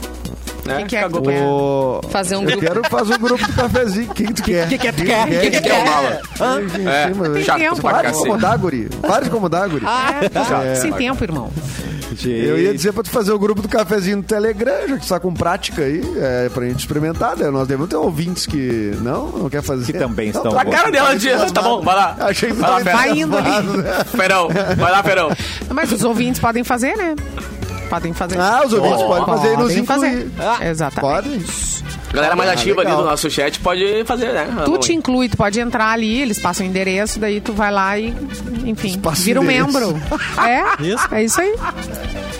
Speaker 2: Né?
Speaker 4: Quem que é que tu quer?
Speaker 2: Ô,
Speaker 6: Fazer um
Speaker 2: Eu
Speaker 6: grupo.
Speaker 2: quero fazer o grupo do cafezinho. O que, que tu quer? O que, que tu quer? O que, que tu
Speaker 3: É o mala.
Speaker 2: Sim, mas-
Speaker 4: Chato tempo. pra
Speaker 2: Para de
Speaker 3: É, cacete.
Speaker 2: incomodar, guri. Para de incomodar, guri.
Speaker 4: Ah, tá.
Speaker 2: É.
Speaker 4: Sem tempo, irmão.
Speaker 2: Eu ia dizer pra tu fazer o grupo do cafezinho no Telegram, já que tu tá com prática aí, é, pra gente experimentar, né? Nós devemos ter ouvintes que não, não quer fazer.
Speaker 1: Que também
Speaker 2: Não,
Speaker 1: estão
Speaker 2: tá
Speaker 3: A cara dela de. Tá bom, vai lá.
Speaker 2: Achei que tu
Speaker 3: Vai lá,
Speaker 2: tava
Speaker 3: Ferão.
Speaker 4: Vai indo ali.
Speaker 2: entusiasmado, né?
Speaker 3: Ferão, vai lá, Ferão.
Speaker 4: Mas os ouvintes podem fazer, né? Podem fazer.
Speaker 2: Ah, os ouvintes podem fazer e nos
Speaker 4: Podem fazer.
Speaker 2: incluir.
Speaker 4: Ah,
Speaker 3: tá.
Speaker 4: Exatamente.
Speaker 2: Podem?
Speaker 3: Galera mais
Speaker 2: Ah,
Speaker 3: ativa ali
Speaker 2: legal.
Speaker 3: do nosso chat pode fazer, né?
Speaker 4: Tu
Speaker 3: Ramon?
Speaker 4: te inclui, tu pode entrar ali, eles passam o endereço, daí tu vai lá e, enfim,
Speaker 2: Passa o
Speaker 4: vira um
Speaker 2: endereço.
Speaker 4: membro. É?
Speaker 5: Isso.
Speaker 4: É isso aí.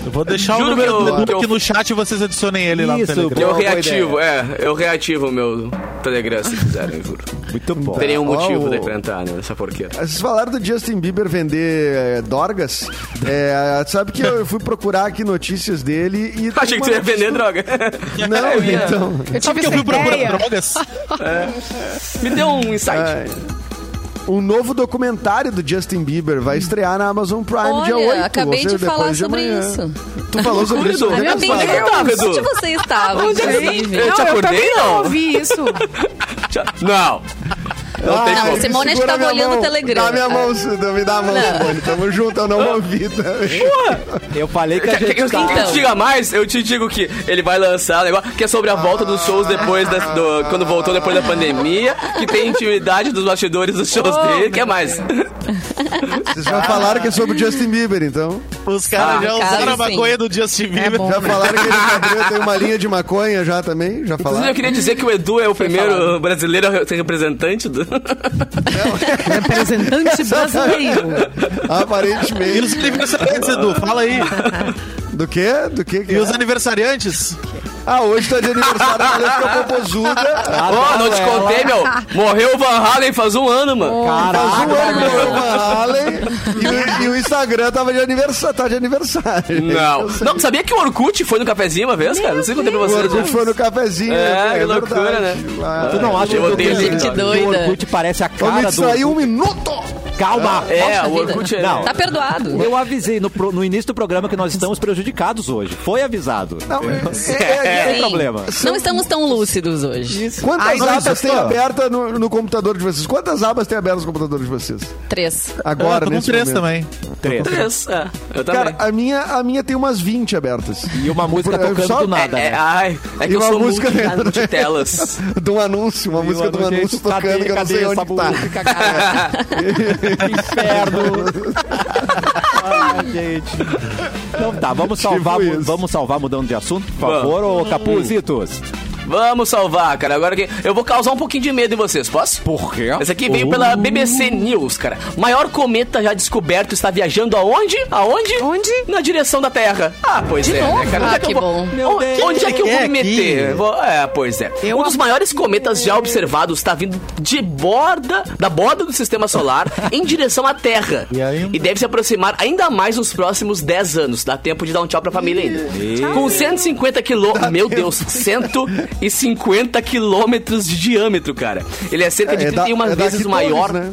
Speaker 5: Eu vou deixar
Speaker 3: Juro
Speaker 5: o número
Speaker 3: que eu-
Speaker 5: do Edu
Speaker 3: que eu-
Speaker 5: aqui no chat e vocês adicionem ele lá no
Speaker 1: Isso,
Speaker 5: Telegram.
Speaker 3: Eu
Speaker 1: Boa
Speaker 3: reativo, é. Eu reativo o meu Telegram, se quiserem, eu juro.
Speaker 1: Muito bom.
Speaker 3: Teria um
Speaker 2: ó,
Speaker 3: motivo
Speaker 2: o-
Speaker 3: de enfrentar, né? Essa porqueta.
Speaker 2: Vocês falaram do Justin Bieber vender é, dorgas. É, sabe que eu fui procurar aqui notícias dele e.
Speaker 3: Achei que você ia vender É, droga.
Speaker 2: Não,
Speaker 3: Eu ia-
Speaker 2: então.
Speaker 4: Eu tive
Speaker 5: Sabe que eu
Speaker 4: essa
Speaker 5: fui procurar
Speaker 4: ideia.
Speaker 5: drogas?
Speaker 3: Me deu um insight. é.
Speaker 2: Um novo documentário do Justin Bieber vai estrear na Amazon Prime dia 8.
Speaker 6: Olha, acabei
Speaker 2: ou seja,
Speaker 6: de falar
Speaker 2: depois
Speaker 6: sobre
Speaker 2: amanhã.
Speaker 6: isso.
Speaker 2: Tu falou sobre isso.
Speaker 3: Ai,
Speaker 2: né,
Speaker 6: Meu
Speaker 2: Gaspar?
Speaker 6: Deus,
Speaker 3: Onde é que tava, Edu?
Speaker 6: onde você estava, Tá inclusive?
Speaker 3: Eu te
Speaker 4: não, eu também
Speaker 3: acordei,
Speaker 4: não
Speaker 3: não?
Speaker 4: ouvi isso.
Speaker 3: Não. Não tem
Speaker 2: Ah,
Speaker 3: como.
Speaker 6: você- Simone
Speaker 2: segura
Speaker 6: acho que tava
Speaker 2: minha
Speaker 6: olhando
Speaker 2: mão.
Speaker 6: o Telegram. É.
Speaker 2: Dá minha mão, Simone, me dá a mão, Simone. Tamo junto, eu não ouvi. também.
Speaker 1: Eu falei que a
Speaker 3: Quer- quer-
Speaker 1: gente
Speaker 3: quer- quer que
Speaker 1: tá...
Speaker 3: eu te diga mais? Eu te digo que ele vai lançar um negócio que é sobre a volta dos shows depois da, do- quando voltou depois da pandemia, que tem intimidade dos bastidores dos shows dele. Quer mais?
Speaker 2: Vocês já falaram que é sobre o Justin Bieber, então.
Speaker 5: Os caras
Speaker 6: Ah,
Speaker 5: já
Speaker 6: cara,
Speaker 5: usaram a
Speaker 6: sim.
Speaker 5: maconha do Justin Bieber.
Speaker 4: bom.
Speaker 2: Já falaram que ele cabrinho tem uma linha de maconha já também? Já
Speaker 3: Inclusive,
Speaker 2: falaram?
Speaker 3: eu queria dizer que o Edu é o primeiro brasileiro a ser representante do.
Speaker 4: Representante brasileiro.
Speaker 5: E os
Speaker 2: Aparentemente.
Speaker 5: aniversariantes, Edu? Fala aí.
Speaker 2: Do quê? Do quê? que
Speaker 5: E
Speaker 2: é?
Speaker 5: os aniversariantes?
Speaker 2: Ah, hoje tá de aniversário a Valesca Popozuda.
Speaker 3: Ó, não te contei, meu. Morreu o Van Halen faz um ano, mano.
Speaker 2: Faz um ano que
Speaker 1: Caraca,
Speaker 2: morreu o Van Halen e o- e o Instagram tava de aniversário. Tá de aniversário.
Speaker 3: Não.
Speaker 2: Eu sei.
Speaker 3: Não, sabia que o Orkut foi no cafezinho uma vez, cara? Não sei quanto pra
Speaker 2: O
Speaker 3: você.
Speaker 2: Orkut foi no cafezinho.
Speaker 3: É, que loucura,
Speaker 2: verdade.
Speaker 3: né?
Speaker 2: Ah,
Speaker 1: tu não acha
Speaker 3: Eu
Speaker 1: que o
Speaker 3: odeio
Speaker 1: Orkut-
Speaker 6: gente
Speaker 1: que o
Speaker 6: doida.
Speaker 1: Orkut parece a
Speaker 2: Vamos me
Speaker 1: cara do...
Speaker 2: distrair um minuto!
Speaker 1: Calma!
Speaker 3: É,
Speaker 6: Poxa
Speaker 3: o
Speaker 6: vida.
Speaker 3: Orkut é-
Speaker 1: Não.
Speaker 6: Tá perdoado.
Speaker 1: Eu avisei no, pro- no início do programa que nós estamos prejudicados hoje. Foi avisado.
Speaker 2: Não, é-
Speaker 1: Não
Speaker 2: é- é-
Speaker 1: tem problema.
Speaker 6: Não estamos tão lúcidos hoje.
Speaker 2: Quantas
Speaker 4: Ai,
Speaker 2: abas
Speaker 1: isso,
Speaker 2: tem
Speaker 1: pô.
Speaker 2: aberta no, no computador de vocês? Quantas abas tem abertas no computador de vocês?
Speaker 6: Três.
Speaker 2: Agora,
Speaker 5: eu Ah, tô com
Speaker 2: nesse
Speaker 5: três
Speaker 2: momento.
Speaker 5: também.
Speaker 1: Três.
Speaker 3: Três, é. Eu também.
Speaker 2: Cara, a minha, a minha tem umas 20 abertas.
Speaker 1: E uma música
Speaker 2: Por-
Speaker 1: tocando
Speaker 2: só-
Speaker 1: do nada.
Speaker 3: é, é,
Speaker 1: né?
Speaker 3: ai, é que
Speaker 2: E
Speaker 3: eu
Speaker 2: uma
Speaker 3: sou
Speaker 2: música
Speaker 3: multi,
Speaker 2: dentro, né?
Speaker 3: multi telas.
Speaker 2: De um anúncio, uma música de um
Speaker 1: Cadê-
Speaker 2: anúncio tocando que eu não
Speaker 1: cadê
Speaker 2: sei
Speaker 1: essa
Speaker 2: onde que tá.
Speaker 1: música, cara? Que inferno. Ai, gente. Então tá, vamos salvar,
Speaker 2: Tipo
Speaker 1: mu-
Speaker 2: isso.
Speaker 1: vamos salvar mudando de assunto, por
Speaker 3: Vamos.
Speaker 1: favor, ô Capuzitos.
Speaker 3: Vamos salvar, cara. Agora que eu vou causar um pouquinho de medo em vocês, posso?
Speaker 1: Por quê?
Speaker 3: Essa aqui veio pela
Speaker 5: Uhum.
Speaker 3: BBC News, cara. Maior cometa já descoberto está viajando aonde? Aonde?
Speaker 4: Onde?
Speaker 3: Na direção da Terra. Ah, pois é, né, cara? Onde
Speaker 6: novo?
Speaker 3: é
Speaker 6: Ah, que
Speaker 3: eu vou-
Speaker 6: bom.
Speaker 3: O-
Speaker 1: Meu Deus.
Speaker 3: Onde é que eu vou
Speaker 5: É
Speaker 3: me meter?
Speaker 5: aqui.
Speaker 3: Vou- É, pois é. um dos maiores cometas já observados está vindo de borda, da borda do sistema solar, em direção à Terra.
Speaker 5: E ainda?
Speaker 3: E deve se aproximar ainda mais nos próximos 10 anos. Dá tempo de dar um tchau pra família ainda. Com 150 quilômetros. Meu Deus, 150 quilômetros de diâmetro, cara. Ele é cerca de
Speaker 2: É da-
Speaker 3: 31
Speaker 2: é daqui
Speaker 3: vezes
Speaker 2: todos,
Speaker 3: maior.
Speaker 2: né?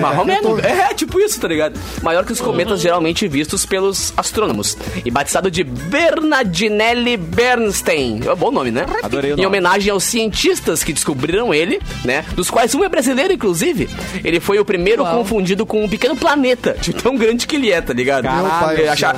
Speaker 3: Mais ou menos. É, tipo isso, tá ligado? Maior que os cometas geralmente vistos pelos astrônomos. E batizado de Bernardinelli Bernstein. É um bom nome, né?
Speaker 1: Adorei o
Speaker 3: Em
Speaker 1: nome.
Speaker 3: homenagem aos cientistas que descobriram ele, né? Dos quais um é brasileiro, inclusive. Ele foi o primeiro
Speaker 6: Uau.
Speaker 3: confundido com um pequeno planeta, de tão grande que ele é, tá ligado?
Speaker 2: Meu pai do
Speaker 3: Ele
Speaker 2: céu.
Speaker 3: acha-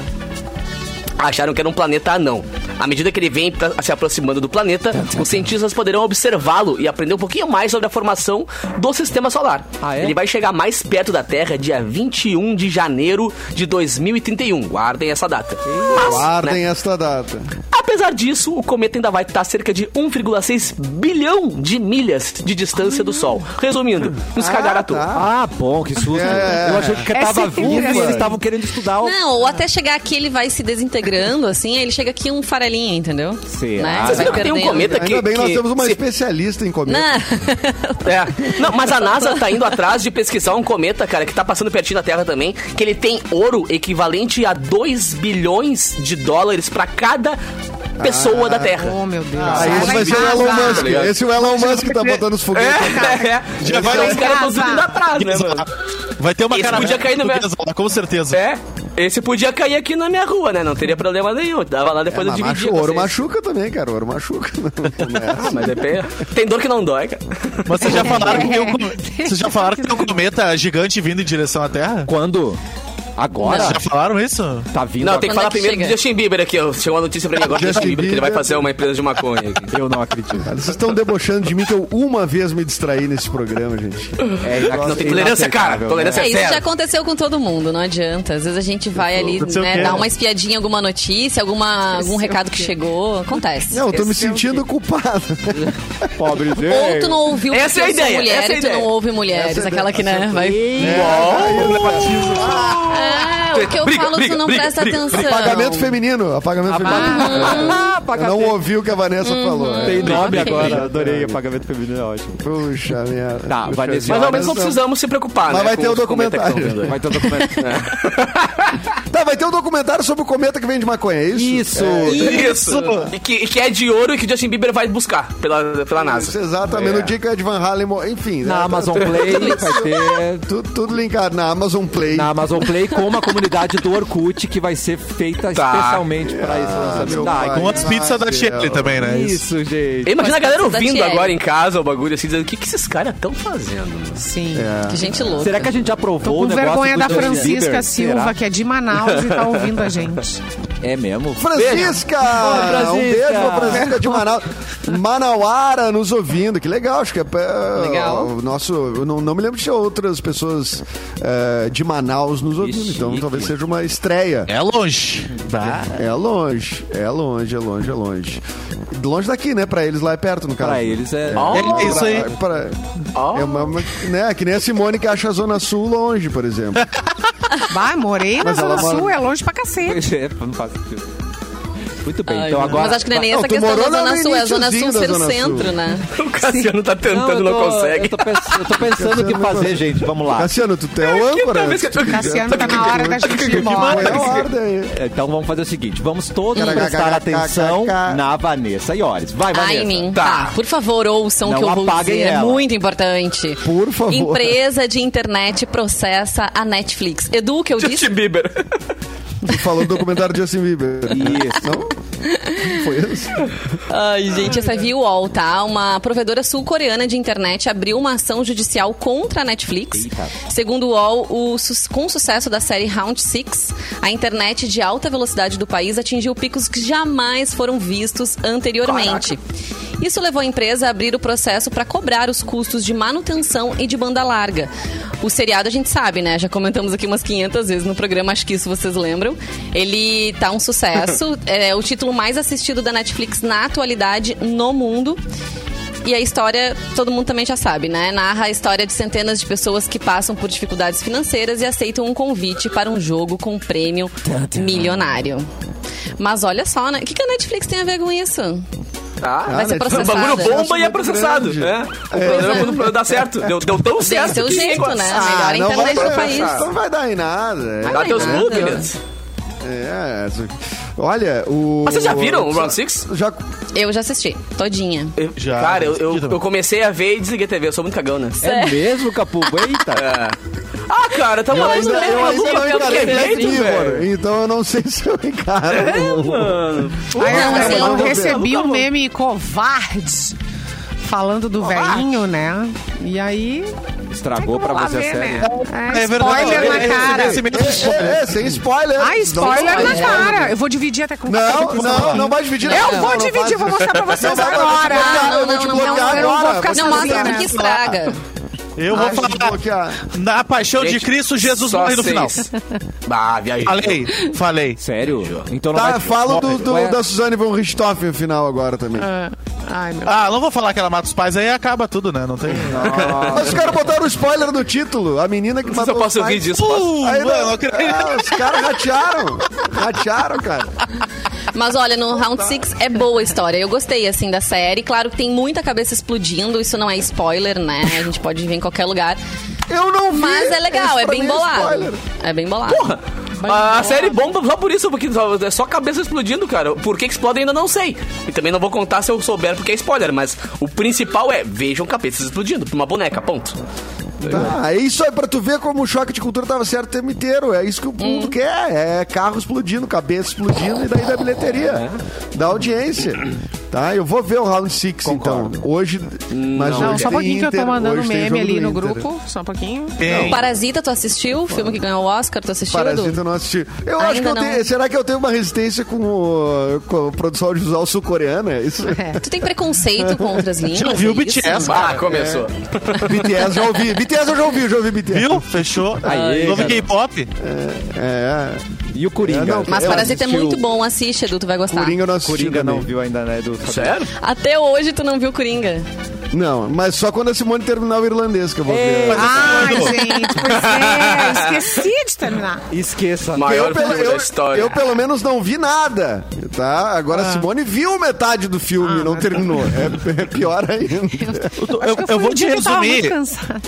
Speaker 3: acharam que era um planeta anão. À medida que ele vem pra- se aproximando do planeta, os cientistas poderão observá-lo e aprender um pouquinho mais sobre a formação do sistema solar.
Speaker 1: Ah, é?
Speaker 3: Ele vai chegar mais perto da Terra dia 21 de janeiro de 2031. Guardem essa data. Mas, né,
Speaker 2: Guardem esta data.
Speaker 3: apesar disso, o cometa ainda vai estar a cerca de 1,6 bilhão de milhas de distância do Sol. Resumindo, nos cagaram a toa.
Speaker 1: Ah, bom, que susto.
Speaker 2: É.
Speaker 1: Eu achei que
Speaker 4: É
Speaker 1: tava
Speaker 4: sempre
Speaker 1: vivo e
Speaker 4: assim.
Speaker 1: eles estavam querendo estudar o...
Speaker 6: Não, ou até chegar aqui ele vai se desintegrando, assim, aí ele chega aqui um farelinha, entendeu?
Speaker 1: Será?
Speaker 6: Né?
Speaker 1: Vocês
Speaker 6: Vai
Speaker 3: viram que tem um
Speaker 6: perdendo.
Speaker 3: cometa aqui?
Speaker 2: Ainda bem que nós
Speaker 3: que-
Speaker 2: temos uma
Speaker 3: se-
Speaker 2: especialista em comida.
Speaker 6: Não.
Speaker 3: É. Não, mas a NASA tá indo atrás de pesquisar um cometa, cara, que tá passando pertinho da Terra também, que ele tem ouro equivalente a 2 bilhões de dólares pra cada pessoa da Terra.
Speaker 4: Oh, meu Deus.
Speaker 2: Aí
Speaker 4: Ah,
Speaker 2: esse vai ser o
Speaker 4: casar.
Speaker 2: Elon Musk.
Speaker 3: ligado?
Speaker 2: Esse é o Elon Musk que tá botando os foguetes.
Speaker 3: É, é.
Speaker 5: Já vai
Speaker 3: Então
Speaker 5: lá
Speaker 3: os
Speaker 5: em
Speaker 3: caras tão
Speaker 4: casa.
Speaker 3: tudo indo atrás, né, mano?
Speaker 5: Vai ter uma
Speaker 3: Esse
Speaker 5: caravana
Speaker 3: podia cair no
Speaker 5: portuguesa lá, Com certeza.
Speaker 3: É. Esse podia cair aqui na minha rua, né? Não teria problema nenhum. Dava lá depois eu
Speaker 2: É, Mas
Speaker 3: dividia.
Speaker 2: machu-
Speaker 3: com
Speaker 2: ouro
Speaker 3: vocês.
Speaker 2: machuca também, cara. Ouro machuca. Não, não é
Speaker 3: Ah, mas é pe- Tem dor que não dói, cara.
Speaker 5: Mas vocês já falaram que tem
Speaker 4: É.
Speaker 5: um, com- vocês já falaram que tem um cometa gigante vindo em direção à Terra?
Speaker 1: Quando? Agora?
Speaker 5: Vocês já falaram isso?
Speaker 1: Tá vindo
Speaker 3: Não,
Speaker 1: a-
Speaker 3: tem que
Speaker 6: Quando é
Speaker 3: falar
Speaker 6: que
Speaker 3: primeiro
Speaker 6: chega?
Speaker 3: do Justin Bieber aqui. ó. Chegou uma notícia pra mim agora do
Speaker 2: Justin
Speaker 3: Justin Bieber, que ele vai
Speaker 2: Bieber.
Speaker 3: fazer uma empresa de maconha aqui.
Speaker 1: Eu não acredito.
Speaker 2: Vocês estão debochando de mim que eu uma vez me distraí nesse programa, gente.
Speaker 1: É,
Speaker 3: Não tem tolerância, cara.
Speaker 1: né?
Speaker 3: Tolerância
Speaker 6: É,
Speaker 3: é
Speaker 6: isso já
Speaker 3: zero.
Speaker 6: aconteceu com todo mundo, não adianta. Às vezes a gente vai ali,
Speaker 5: Aconteceu o
Speaker 6: né,
Speaker 5: quê?
Speaker 6: dar uma espiadinha, em alguma notícia, alguma, algum recado que chegou. Acontece.
Speaker 2: Não, eu tô me
Speaker 4: Esse é o
Speaker 2: sentindo culpado.
Speaker 1: Pobre
Speaker 6: Ou tu
Speaker 1: gente.
Speaker 6: não ouviu
Speaker 3: Essa
Speaker 6: porque
Speaker 3: é a
Speaker 6: eu sou
Speaker 3: ideia,
Speaker 6: mulher
Speaker 3: essa é a
Speaker 6: e tu não
Speaker 3: ideia.
Speaker 6: ouve mulheres.
Speaker 2: Essa é a
Speaker 6: aquela que, né, vai... É, o que eu
Speaker 3: Briga,
Speaker 6: falo,
Speaker 3: briga,
Speaker 6: tu não
Speaker 3: briga,
Speaker 6: presta
Speaker 3: briga,
Speaker 6: atenção.
Speaker 2: Apagamento feminino. Apagamento feminino. Eu não ouvi o que a Vanessa falou. é.
Speaker 1: Tem nome agora.
Speaker 2: Obrigado.
Speaker 1: Adorei o pagamento feminino, é ótimo.
Speaker 2: Puxa merda.
Speaker 1: Tá,
Speaker 2: Puxa
Speaker 1: Vanessa,
Speaker 2: vida.
Speaker 3: Mas ao menos
Speaker 2: Vanessa.
Speaker 3: não precisamos se preocupar,
Speaker 2: né? Mas
Speaker 3: né?
Speaker 2: vai
Speaker 3: com
Speaker 2: ter o
Speaker 3: os comentários que
Speaker 2: documentário.
Speaker 3: estão vendo aí.
Speaker 1: Vai ter um documento.
Speaker 2: Tá, vai ter um documentário sobre o cometa que vem de maconha, é isso?
Speaker 1: Isso.
Speaker 2: É,
Speaker 3: Isso! E que, e que é de ouro e que o Justin Bieber vai buscar pela, pela
Speaker 2: isso,
Speaker 3: NASA.
Speaker 2: exatamente. No dia que o Ed Van Halen... mor- Enfim. né,
Speaker 1: É. Na
Speaker 2: tá-
Speaker 1: Amazon
Speaker 2: tá-
Speaker 1: Play vai um ter.
Speaker 2: Tudo, tudo linkado na Amazon Play.
Speaker 1: Na Amazon Play com uma comunidade do Orkut que vai ser feita
Speaker 3: Tá.
Speaker 1: especialmente pra esse
Speaker 2: meu
Speaker 1: lançamento. Tá,
Speaker 2: pai.
Speaker 1: então-
Speaker 5: Com as pizzas da
Speaker 2: Deus.
Speaker 5: Tietê também, né?
Speaker 1: Isso, gente.
Speaker 3: Imagina a galera
Speaker 6: Mas da
Speaker 3: ouvindo
Speaker 6: Thierry.
Speaker 3: agora em casa o bagulho assim, dizendo o que, que esses caras estão fazendo.
Speaker 4: Sim.
Speaker 2: É.
Speaker 6: Que gente louca.
Speaker 1: Será que a gente
Speaker 4: Tô
Speaker 1: aprovou
Speaker 4: com
Speaker 1: o negócio
Speaker 4: vergonha
Speaker 1: do
Speaker 4: da
Speaker 1: Justin
Speaker 4: Francisca
Speaker 1: Bieber?
Speaker 4: Silva,
Speaker 1: Será?
Speaker 4: que é de Manaus e tá ouvindo a gente.
Speaker 1: É mesmo?
Speaker 2: Francisca!
Speaker 1: Francisca!
Speaker 2: Um beijo pra Francisca de Manaus. Manauara nos ouvindo, que legal, acho que é. é,
Speaker 6: Legal.
Speaker 2: O nosso, eu não, não me lembro de ter outras pessoas é, de Manaus nos ouvindo, então
Speaker 1: chique.
Speaker 2: talvez seja uma estreia.
Speaker 5: É longe.
Speaker 2: É longe, é longe, é longe, é longe. Longe daqui, né? Pra eles lá é perto, no caso.
Speaker 1: Pra eles é.
Speaker 5: É isso aí.
Speaker 2: Pra- É uma, uma- né? Que nem a Simone que acha a Zona Sul longe, por exemplo.
Speaker 4: Vai, morei na
Speaker 2: Mas ela
Speaker 4: Zona
Speaker 2: mora-
Speaker 4: Sul, é longe pra cacete.
Speaker 1: Pois é, não faz sentido. Muito bem,
Speaker 6: Ai,
Speaker 1: então
Speaker 6: meu.
Speaker 1: agora.
Speaker 6: Mas acho que não é nem
Speaker 2: Não,
Speaker 6: essa
Speaker 2: tu
Speaker 6: questão
Speaker 2: morou
Speaker 6: da
Speaker 2: lá
Speaker 6: Zona
Speaker 2: no
Speaker 6: Sul, é a Zona
Speaker 2: iniciozinho
Speaker 6: Sul
Speaker 2: da Zona Sul.
Speaker 6: ser-centro, né?
Speaker 3: O Cassiano tá tentando, não,
Speaker 1: eu tô-
Speaker 3: consegue.
Speaker 1: Eu tô, pens- eu tô pensando o que fazer, gente. Vamos lá.
Speaker 2: Cassiano, tu é o âncora.
Speaker 3: eu tô
Speaker 4: Cassiano, tá na hora da
Speaker 2: é
Speaker 4: gente ir
Speaker 2: Põe
Speaker 4: embora.
Speaker 2: a ordem.
Speaker 1: Então vamos fazer o seguinte: vamos todos
Speaker 2: Hum.
Speaker 1: prestar atenção na Vanessa Iores. Vai, Vanessa.
Speaker 6: Ai, mim.
Speaker 3: Tá.
Speaker 6: Tá. Por favor, ouçam o
Speaker 1: Não
Speaker 6: que eu vou
Speaker 1: apaguem
Speaker 6: dizer. É
Speaker 1: ela.
Speaker 6: muito importante.
Speaker 2: Por favor.
Speaker 6: Empresa de internet processa a Netflix. Edu, o que eu disse?
Speaker 3: Justin Bieber.
Speaker 2: Tu falou do documentário de Justin Bieber.
Speaker 1: Isso.
Speaker 2: Não? Foi isso?
Speaker 6: Ai, gente, essa é VWall, tá? Uma provedora sul-coreana de internet abriu uma ação judicial contra a Netflix.
Speaker 1: Eita.
Speaker 6: Segundo o UOL, o su- com o sucesso da série Round 6, a internet de alta velocidade do país atingiu picos que jamais foram vistos anteriormente. Isso levou a empresa a abrir o processo para cobrar os custos de manutenção e de banda larga. O seriado a gente sabe, né? Já comentamos aqui umas 500 vezes no programa, acho que isso vocês lembram. Ele tá um sucesso, é o título mais assistido da Netflix na atualidade no mundo. E a história, todo mundo também já sabe, né? Narra a história de centenas de pessoas que passam por dificuldades financeiras e aceitam um convite para um jogo com um prêmio milionário. Mas olha só, né? O que, que a Netflix tem a ver com isso?
Speaker 3: Ah,
Speaker 6: Vai ser
Speaker 3: o
Speaker 6: processada.
Speaker 3: bagulho bomba e é
Speaker 2: Muito
Speaker 3: processado.
Speaker 2: grande.
Speaker 3: né? O problema é quando o problema dá certo. Deu, deu tão certo.
Speaker 6: seu
Speaker 3: que Ah,
Speaker 6: jeito,
Speaker 3: ninguém
Speaker 6: né?
Speaker 3: gosta.
Speaker 6: Melhor
Speaker 2: não
Speaker 6: internet
Speaker 2: vai
Speaker 6: do país.
Speaker 2: Não vai dar em nada.
Speaker 3: Dá teus
Speaker 6: nada.
Speaker 3: núcleos.
Speaker 2: É, é, olha, o.
Speaker 3: Mas vocês já viram o Round Six?
Speaker 2: Já,
Speaker 6: Eu já assisti, todinha.
Speaker 3: Eu-
Speaker 5: Já,
Speaker 3: Cara, eu,
Speaker 5: já
Speaker 3: eu,
Speaker 5: assisti também.
Speaker 3: eu comecei a ver e desliguei a TV. Eu sou muito cagão, né?
Speaker 1: É mesmo, Capu? Eita.
Speaker 3: É. Ah, cara, tá
Speaker 2: eu
Speaker 3: uma
Speaker 2: ainda, eu ainda não encarei Black
Speaker 3: jeito,
Speaker 2: Mirror,
Speaker 3: velho.
Speaker 2: então eu não sei se eu encaro.
Speaker 3: Mano,
Speaker 4: Aí,
Speaker 2: Não,
Speaker 4: eu-
Speaker 2: assim,
Speaker 4: eu
Speaker 2: não deu
Speaker 4: recebi
Speaker 3: certo.
Speaker 4: um meme covarde falando do velhinho, né? E aí.
Speaker 1: Estragou pra você a série.
Speaker 4: É, spoiler
Speaker 5: eu- eu-
Speaker 4: na cara.
Speaker 5: eu- eu- eu- eu- eu- eu- eu-
Speaker 2: É, é, sem spoiler.
Speaker 4: Ah, spoiler
Speaker 2: Não,
Speaker 4: na cara. Eu vou dividir até com
Speaker 2: Não, não, não vai dividir.
Speaker 4: Eu
Speaker 2: não,
Speaker 4: vou
Speaker 2: não
Speaker 4: dividir,
Speaker 2: vai.
Speaker 4: vou mostrar pra vocês
Speaker 2: Não, não,
Speaker 4: agora.
Speaker 2: não,
Speaker 6: Ah,
Speaker 2: Eu vou te
Speaker 6: não, não,
Speaker 2: bloquear
Speaker 6: não,
Speaker 4: eu não vou
Speaker 2: agora.
Speaker 4: ficar
Speaker 2: você
Speaker 6: Não
Speaker 4: sozinha,
Speaker 6: mostra
Speaker 2: tá-
Speaker 4: né?
Speaker 6: porque estraga.
Speaker 5: Eu
Speaker 2: Ah,
Speaker 5: vou
Speaker 2: deixa eu
Speaker 5: falar.
Speaker 2: bloquear.
Speaker 5: Na paixão de
Speaker 3: Gente,
Speaker 5: Cristo, Jesus
Speaker 3: só
Speaker 5: morre no final.
Speaker 3: seis. Bah, viajei.
Speaker 5: Falei, falei.
Speaker 1: Sério? Então não
Speaker 2: Tá,
Speaker 1: vai...
Speaker 2: falo do,
Speaker 1: Ué,
Speaker 2: do- da Suzane von Richthofen no final agora também.
Speaker 4: Ai, meu.
Speaker 5: Ah, não vou falar que ela mata os pais, aí acaba tudo, né? Não tem.
Speaker 2: Mas os caras botaram o spoiler no título. A menina que
Speaker 3: Não sei se
Speaker 2: matou
Speaker 3: eu posso
Speaker 2: os
Speaker 3: rir
Speaker 2: pais.
Speaker 3: disso. posso.
Speaker 5: Uh,
Speaker 2: Aí,
Speaker 5: mano,
Speaker 2: não-
Speaker 5: eu acredito.
Speaker 2: Ah, os caras ratearam. Ratearam, cara.
Speaker 6: Mas olha, no Round 6 é boa a história. Eu gostei, assim, da série. Claro que tem muita cabeça explodindo, isso não é spoiler, né? A gente pode ver em qualquer lugar.
Speaker 2: Eu não vi.
Speaker 6: Mas é legal,
Speaker 2: Isso
Speaker 6: é
Speaker 2: pra
Speaker 6: bem
Speaker 2: mim
Speaker 6: bolado.
Speaker 2: spoiler.
Speaker 6: É bem bolado. Porra!
Speaker 3: A série bomba só por isso, porque só- é só cabeça explodindo, cara. Por que que explode ainda não sei. E também não vou contar se eu souber porque é spoiler, mas o principal é vejam cabeças explodindo pra uma boneca, ponto.
Speaker 2: Tá, é isso aí pra tu ver como o choque de cultura tava certo o tempo inteiro. É
Speaker 6: Hum.
Speaker 2: isso que o mundo quer. É carro explodindo, cabeça explodindo e daí da bilheteria.
Speaker 5: É.
Speaker 2: Da audiência. Tá, eu vou ver o Round Six então. Hoje. Mas
Speaker 4: Não,
Speaker 2: hoje
Speaker 4: só um
Speaker 2: tem
Speaker 4: pouquinho que eu
Speaker 2: Inter,
Speaker 4: tô mandando
Speaker 2: hoje tem
Speaker 4: meme
Speaker 2: jogo
Speaker 4: ali
Speaker 2: do
Speaker 4: no
Speaker 2: Inter.
Speaker 4: grupo. Só um pouquinho.
Speaker 5: Tem.
Speaker 6: Parasita, tu assistiu? O filme que ganhou o Oscar, tu assistiu?
Speaker 2: Parasita
Speaker 6: Edu?
Speaker 2: eu não assisti. Eu
Speaker 6: Ainda
Speaker 2: acho que eu
Speaker 6: não.
Speaker 2: tenho. Será que eu tenho uma resistência com, o, com a produção audiovisual sul-coreana? Isso.
Speaker 4: É.
Speaker 6: Tu tem preconceito com outras línguas?
Speaker 5: Já ouviu
Speaker 6: é
Speaker 5: o
Speaker 6: isso?
Speaker 5: BTS,
Speaker 3: Ah, começou.
Speaker 2: é. BTS já ouvi. BTS eu já ouvi, já ouvi BTS.
Speaker 5: Viu? Fechou.
Speaker 1: Aê,
Speaker 5: Novo
Speaker 1: garoto.
Speaker 5: K-pop.
Speaker 2: É,
Speaker 1: E o Coringa?
Speaker 2: É, não,
Speaker 6: Mas
Speaker 2: Eu
Speaker 6: Parasita é
Speaker 2: assisti
Speaker 6: muito
Speaker 2: o-
Speaker 6: bom, assiste, Edu, tu vai gostar.
Speaker 2: Coringa eu não assisti.
Speaker 1: Coringa
Speaker 2: também.
Speaker 1: não viu ainda, né? Do...
Speaker 3: Sério?
Speaker 6: Até hoje tu não viu Coringa.
Speaker 2: Não, mas só quando a Simone terminar o irlandês que eu vou ver.
Speaker 4: é Ai, gente, pois é. Esqueci de terminar.
Speaker 1: Esqueça.
Speaker 3: Maior
Speaker 2: eu, pelo,
Speaker 3: filme da
Speaker 2: eu-
Speaker 3: história.
Speaker 2: eu, pelo menos não vi nada, tá? Agora
Speaker 6: Ah.
Speaker 2: a Simone viu metade do filme, não terminou. É, é pior ainda.
Speaker 5: Eu,
Speaker 4: Acho que
Speaker 5: eu
Speaker 4: foi
Speaker 5: vou
Speaker 4: um
Speaker 5: te
Speaker 4: dia que eu tava muito
Speaker 5: resumir.
Speaker 4: cansada.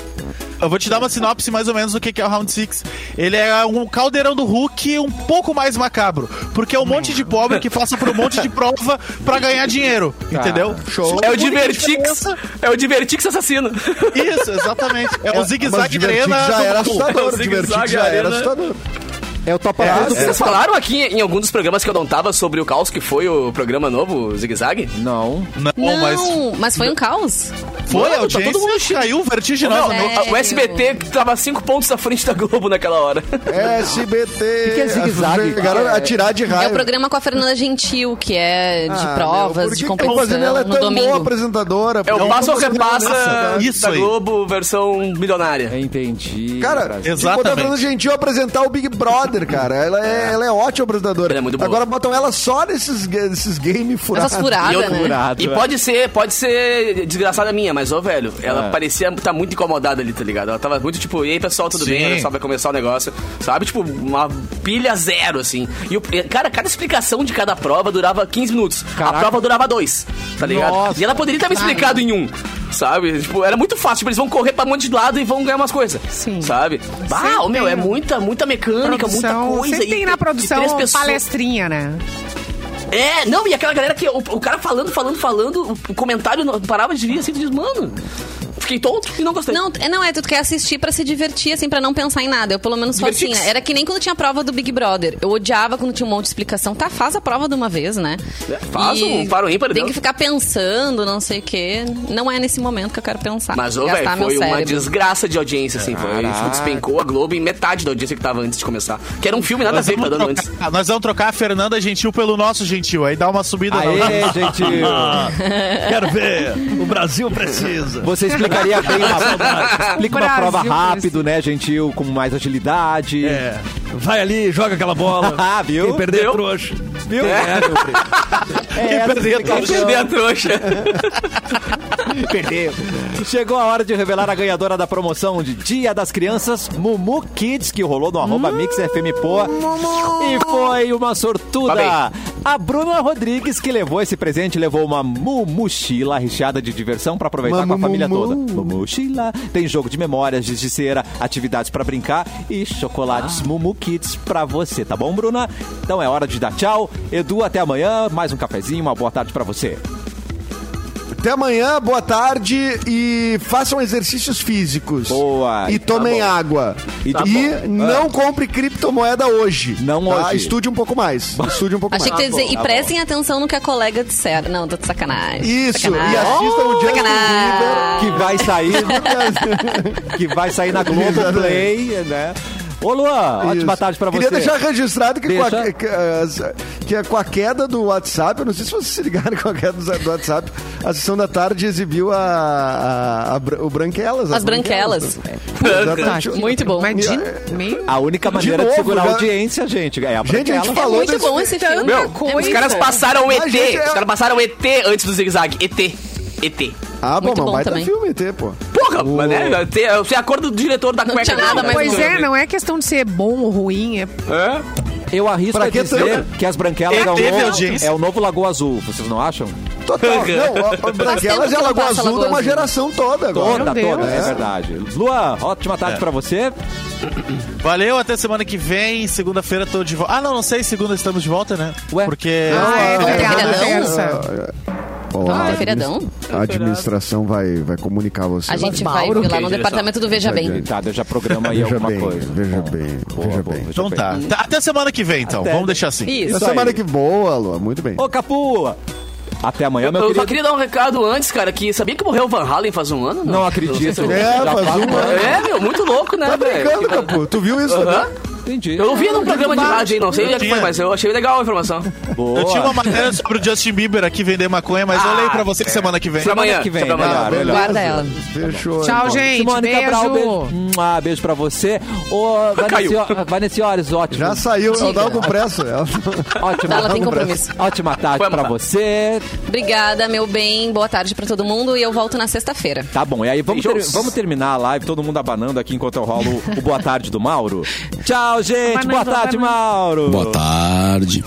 Speaker 5: Eu vou te dar uma sinopse mais ou menos do que que é o Round Six. Ele é um caldeirão do Hulk um pouco mais macabro. Porque é um monte de pobre que passa por um monte de prova pra ganhar dinheiro. Entendeu?
Speaker 2: show.
Speaker 5: É
Speaker 3: É
Speaker 5: o
Speaker 3: o
Speaker 5: Divertix.
Speaker 3: Divertix. É o Divertix assassino.
Speaker 5: Isso, exatamente. É o
Speaker 2: Mas
Speaker 5: zigue-zague
Speaker 2: divertido
Speaker 5: arena.
Speaker 2: já
Speaker 5: do
Speaker 2: era
Speaker 5: Hulk.
Speaker 2: assustador,
Speaker 3: É o
Speaker 2: divertido
Speaker 3: zigue-zague
Speaker 2: já era
Speaker 3: arena.
Speaker 2: assustador.
Speaker 1: É o topador do
Speaker 3: Vocês falaram aqui em algum dos programas que eu não tava sobre o caos que foi o programa novo, o Zig Zag?
Speaker 1: Não.
Speaker 5: Não, mas
Speaker 6: não, mas foi um caos.
Speaker 5: foi a
Speaker 3: Mano, tá todo
Speaker 5: audiência.
Speaker 3: mundo É.
Speaker 5: caiu
Speaker 3: Não,
Speaker 5: vertiginosa.
Speaker 6: Sério?
Speaker 3: o SBT que tava cinco pontos à frente da Globo naquela hora.
Speaker 2: SBT. O
Speaker 1: que é zigue-zague?
Speaker 2: Chegaram a tirar de
Speaker 6: É
Speaker 2: raiva.
Speaker 6: o programa com a Fernanda Gentil, que é de
Speaker 2: Ah, meu,
Speaker 6: provas,
Speaker 2: por que
Speaker 6: de
Speaker 2: que eu tô fazendo?
Speaker 6: competição
Speaker 2: Ela é
Speaker 6: no
Speaker 2: tão boa
Speaker 6: domingo.
Speaker 2: apresentadora.
Speaker 3: É o passo ou
Speaker 2: Como
Speaker 3: repassa
Speaker 5: Nossa, isso
Speaker 3: da
Speaker 5: aí.
Speaker 3: Globo versão milionária.
Speaker 1: É, Entendi.
Speaker 2: Cara,
Speaker 1: Brasil.
Speaker 2: se botar
Speaker 5: Exatamente.
Speaker 2: Fernando Gentil um apresentar o Big Brother, Brother, cara. Ela é, ela é ótima apresentadora.
Speaker 3: Ela é muito boa.
Speaker 2: Agora botam ela só nesses, ga- nesses game furados.
Speaker 6: Essas furadas,
Speaker 3: E, eu-
Speaker 6: né?
Speaker 1: Curado,
Speaker 3: e
Speaker 1: é.
Speaker 3: pode ser, pode ser desgraçada minha, mas, ô, velho, ela
Speaker 1: É.
Speaker 3: parecia tá muito incomodada ali, tá ligado? Ela tava muito tipo, e aí, pessoal, tudo
Speaker 5: Sim.
Speaker 3: bem? Olha só, vai começar o negócio. Sabe? Tipo, uma pilha zero, assim. E, o, e, cara, cada explicação de cada prova durava 15 minutos. A prova durava dois, tá ligado?
Speaker 1: Nossa.
Speaker 3: E ela poderia ter me explicado em um. Sabe? Tipo, era muito fácil. Tipo, eles vão correr pra um monte de lado e vão ganhar umas coisas.
Speaker 4: Sim.
Speaker 3: Sabe?
Speaker 4: Sempre
Speaker 3: Ah, ô, meu, é
Speaker 4: tem.
Speaker 3: muita, muita mecânica, muita coisa.
Speaker 4: sempre
Speaker 3: e
Speaker 4: tem
Speaker 3: e
Speaker 4: na produção
Speaker 3: três pessoas-
Speaker 4: palestrinha, né?
Speaker 3: é, não, e aquela galera que o, o cara falando, falando, falando, o comentário não parava de vir assim, tu diz, mano, fiquei tonto e não gostei.
Speaker 6: Não, é- não é, tu quer assistir pra se divertir, assim, pra não pensar em nada. Eu, pelo menos, sou assim,
Speaker 3: Divertix.
Speaker 6: né? Era que nem quando tinha a prova do Big Brother. Eu odiava quando tinha um monte de explicação. Tá, faz a prova de uma vez, né?
Speaker 3: É, faz um para o ímpar,
Speaker 6: Tem
Speaker 3: Deus.
Speaker 6: que ficar pensando, não sei o quê. Não é nesse momento que eu quero pensar.
Speaker 3: Mas, ô,
Speaker 6: Gastar
Speaker 3: velho, foi
Speaker 6: meu
Speaker 3: uma
Speaker 6: cérebro.
Speaker 3: desgraça de audiência, assim. Foi, tipo, despencou a Globo em metade da audiência que tava antes de começar. Que era um filme nada a
Speaker 5: Nós
Speaker 3: ver que tá
Speaker 5: vamos,
Speaker 3: dando antes.
Speaker 5: trocar, Ah, nós vamos trocar a Fernanda Gentil pelo nosso Gentil. Aí dá uma subida na
Speaker 1: Aê, gente.
Speaker 5: Quero ver.
Speaker 2: O Brasil precisa.
Speaker 1: Você explicaria bem uma, explica uma
Speaker 4: Brasil,
Speaker 1: prova rápido, né, gentil, com mais agilidade.
Speaker 2: Vai ali, joga aquela bola.
Speaker 1: Ah, viu? Quem perder é Viu?
Speaker 2: trouxa.
Speaker 1: Viu? É, meu filho. É essa explicação.
Speaker 3: Perder a trouxa.
Speaker 1: Perdeu. Chegou a hora de revelar a ganhadora da promoção de Dia das Crianças, Mumu Kids, que rolou no arroba Mix FM Poa. E foi uma sortuda.
Speaker 3: Tá
Speaker 1: A Bruna Rodrigues, que levou esse presente, levou uma mu- mochila recheada de diversão para aproveitar
Speaker 2: Uma
Speaker 1: com a
Speaker 2: mu-
Speaker 1: família
Speaker 2: mu-
Speaker 1: toda. Mu- Mochila. Tem jogo de memórias, giz de cera, atividades para brincar e chocolates Mumu Kids para você, tá bom, Bruna? Então é hora de dar tchau. Edu, até amanhã. Mais um cafezinho, uma boa tarde para você.
Speaker 2: Até amanhã, boa tarde e façam exercícios físicos.
Speaker 1: Boa.
Speaker 2: E
Speaker 1: Tá
Speaker 2: tomem
Speaker 1: bom.
Speaker 2: água. E,
Speaker 1: Tá bom.
Speaker 2: não compre criptomoeda hoje.
Speaker 1: Não hoje.
Speaker 2: Estude um pouco mais. Estude um pouco
Speaker 6: Achei que tu
Speaker 3: Ah,
Speaker 2: mais.
Speaker 6: ia dizer, e
Speaker 1: tá
Speaker 6: prestem atenção no que a colega disser. Não, tô de sacanagem.
Speaker 2: Isso,
Speaker 6: Sacanagem.
Speaker 2: e assistam o Justin Bieber.
Speaker 6: Sacanagem.
Speaker 1: que vai sair
Speaker 2: Tá
Speaker 1: que vai sair na Globo Play, né? Ô Luan, ótima tarde pra você.
Speaker 2: Queria deixar registrado que, Com, a,
Speaker 1: Deixa.
Speaker 2: que, as- que é com a queda do WhatsApp, eu não sei se vocês se ligaram com a queda do do WhatsApp, a sessão da tarde exibiu a, a- a Bran- o Branquelas.
Speaker 6: As branquelas.
Speaker 3: Tá,
Speaker 2: Exatamente.
Speaker 6: Muito bom.
Speaker 4: Tá, Mas de,
Speaker 2: É.
Speaker 4: meio-
Speaker 1: A única maneira de,
Speaker 2: novo,
Speaker 1: segurar a
Speaker 2: já-
Speaker 1: audiência, gente, é a
Speaker 2: Gente, a gente
Speaker 1: branquela.
Speaker 6: É
Speaker 2: falou
Speaker 6: muito
Speaker 2: desse-
Speaker 6: bom esse filme.
Speaker 4: Meu,
Speaker 6: É muito
Speaker 3: Os caras
Speaker 6: bom.
Speaker 3: passaram ET.
Speaker 2: Mas, gente, é-
Speaker 3: Os caras passaram ET antes do zigue-zague. ET. ET.
Speaker 2: Ah, bom,
Speaker 6: Muito
Speaker 2: mas
Speaker 6: bom
Speaker 2: vai
Speaker 6: também.
Speaker 2: ter filme, ter, pô.
Speaker 3: Porra, mas né? ET, Eu sei a cor do diretor da
Speaker 6: Não
Speaker 3: cueca.
Speaker 6: tinha
Speaker 3: dele,
Speaker 6: nada
Speaker 3: né?
Speaker 6: mais
Speaker 4: Pois é, não é questão de ser bom ou ruim, é
Speaker 3: É.
Speaker 1: Eu arrisco
Speaker 2: Pra
Speaker 1: a
Speaker 2: que
Speaker 1: dizer que as branquelas
Speaker 5: É,
Speaker 1: é, o
Speaker 5: teve
Speaker 1: novo,
Speaker 5: audiência.
Speaker 1: é o novo Lagoa Azul, vocês não acham?
Speaker 2: Total. Não, a- a
Speaker 6: tempo
Speaker 2: Branquelas
Speaker 6: que
Speaker 2: e a
Speaker 6: não
Speaker 2: Lagoa
Speaker 6: passa
Speaker 2: Azul
Speaker 6: Lagoa
Speaker 2: é uma
Speaker 6: Azul.
Speaker 2: geração toda agora.
Speaker 1: Toda,
Speaker 4: Deus.
Speaker 1: toda, é verdade. Luan, ótima tarde pra você.
Speaker 5: Valeu, até semana que vem. Segunda-feira tô de volta. Ah, não, não sei. Segunda estamos de volta, né?
Speaker 1: Ué?
Speaker 5: Porque.
Speaker 4: Ah, é feriado
Speaker 6: feriadão?
Speaker 4: terça.
Speaker 2: Ó,
Speaker 6: Ah,
Speaker 2: a
Speaker 6: é feriadão?
Speaker 2: administ- A administração vai, vai comunicar você.
Speaker 6: A gente
Speaker 2: Vai.
Speaker 6: vai
Speaker 4: Mauro,
Speaker 6: lá
Speaker 3: ok,
Speaker 6: no
Speaker 3: direção.
Speaker 6: departamento do Veja
Speaker 2: Vai,
Speaker 6: Bem.
Speaker 2: gente.
Speaker 1: Tá, eu já programa aí
Speaker 2: Veja
Speaker 1: alguma
Speaker 2: bem,
Speaker 1: coisa.
Speaker 2: veja
Speaker 1: Bom,
Speaker 2: bem,
Speaker 1: boa,
Speaker 2: veja
Speaker 1: boa,
Speaker 2: bem.
Speaker 5: Então tá. Tá, Até semana que vem, então.
Speaker 1: Até.
Speaker 5: Vamos deixar assim.
Speaker 6: Isso.
Speaker 2: Na
Speaker 1: Isso
Speaker 2: semana
Speaker 1: aí.
Speaker 2: que boa, Lua. Muito bem.
Speaker 1: Ô, Capu! Até amanhã,
Speaker 3: Eu,
Speaker 1: meu
Speaker 3: eu
Speaker 1: querido.
Speaker 3: só queria dar um recado antes, cara, que sabia que morreu o Van Halen faz um ano?
Speaker 1: Não
Speaker 3: sei se
Speaker 1: acredito.
Speaker 3: eu-
Speaker 2: É,
Speaker 1: Já
Speaker 2: faz
Speaker 1: falo-
Speaker 2: um ano.
Speaker 3: É, meu, muito louco, né,
Speaker 2: Tá
Speaker 3: velho?
Speaker 2: brincando, Tá Capu. Tu viu isso?
Speaker 3: Aham.
Speaker 2: né?
Speaker 1: Entendi.
Speaker 3: Eu ouvi num programa de rádio, hein? Não sei onde é que foi,
Speaker 5: Tinha.
Speaker 3: mas eu achei legal a informação.
Speaker 1: Boa.
Speaker 5: Eu tinha uma matéria sobre o Justin Bieber aqui vender maconha, mas eu
Speaker 3: Ah,
Speaker 5: leio pra você que semana que vem.
Speaker 3: Pra amanhã.
Speaker 1: que vem,
Speaker 3: pra amanhã.
Speaker 1: melhor.
Speaker 2: Ah, beleza.
Speaker 6: Guarda ela.
Speaker 2: Fechou.
Speaker 4: Tchau,
Speaker 2: então.
Speaker 4: gente.
Speaker 1: Simone
Speaker 4: beijo.
Speaker 1: Cabral, beijo. Mua, beijo pra você. Ô,
Speaker 3: Caiu.
Speaker 1: Vanessa, Vanessa Ores, ótimo.
Speaker 2: Já saiu, eu dá com pressa.
Speaker 1: Ótima,
Speaker 6: Ela tem compromisso.
Speaker 1: ótima tarde
Speaker 3: Foi
Speaker 1: pra
Speaker 3: amassado.
Speaker 1: você.
Speaker 6: Obrigada, meu bem. Boa tarde pra todo mundo e eu volto na sexta-feira.
Speaker 1: Tá bom, e aí vamos, ter-
Speaker 3: Beijos.
Speaker 1: vamos terminar a live, todo mundo abanando aqui enquanto eu rolo o Boa Tarde do Mauro. Tchau, gente.
Speaker 4: Abanando,
Speaker 1: Boa tarde,
Speaker 4: abanando.
Speaker 1: Mauro.
Speaker 7: Boa tarde.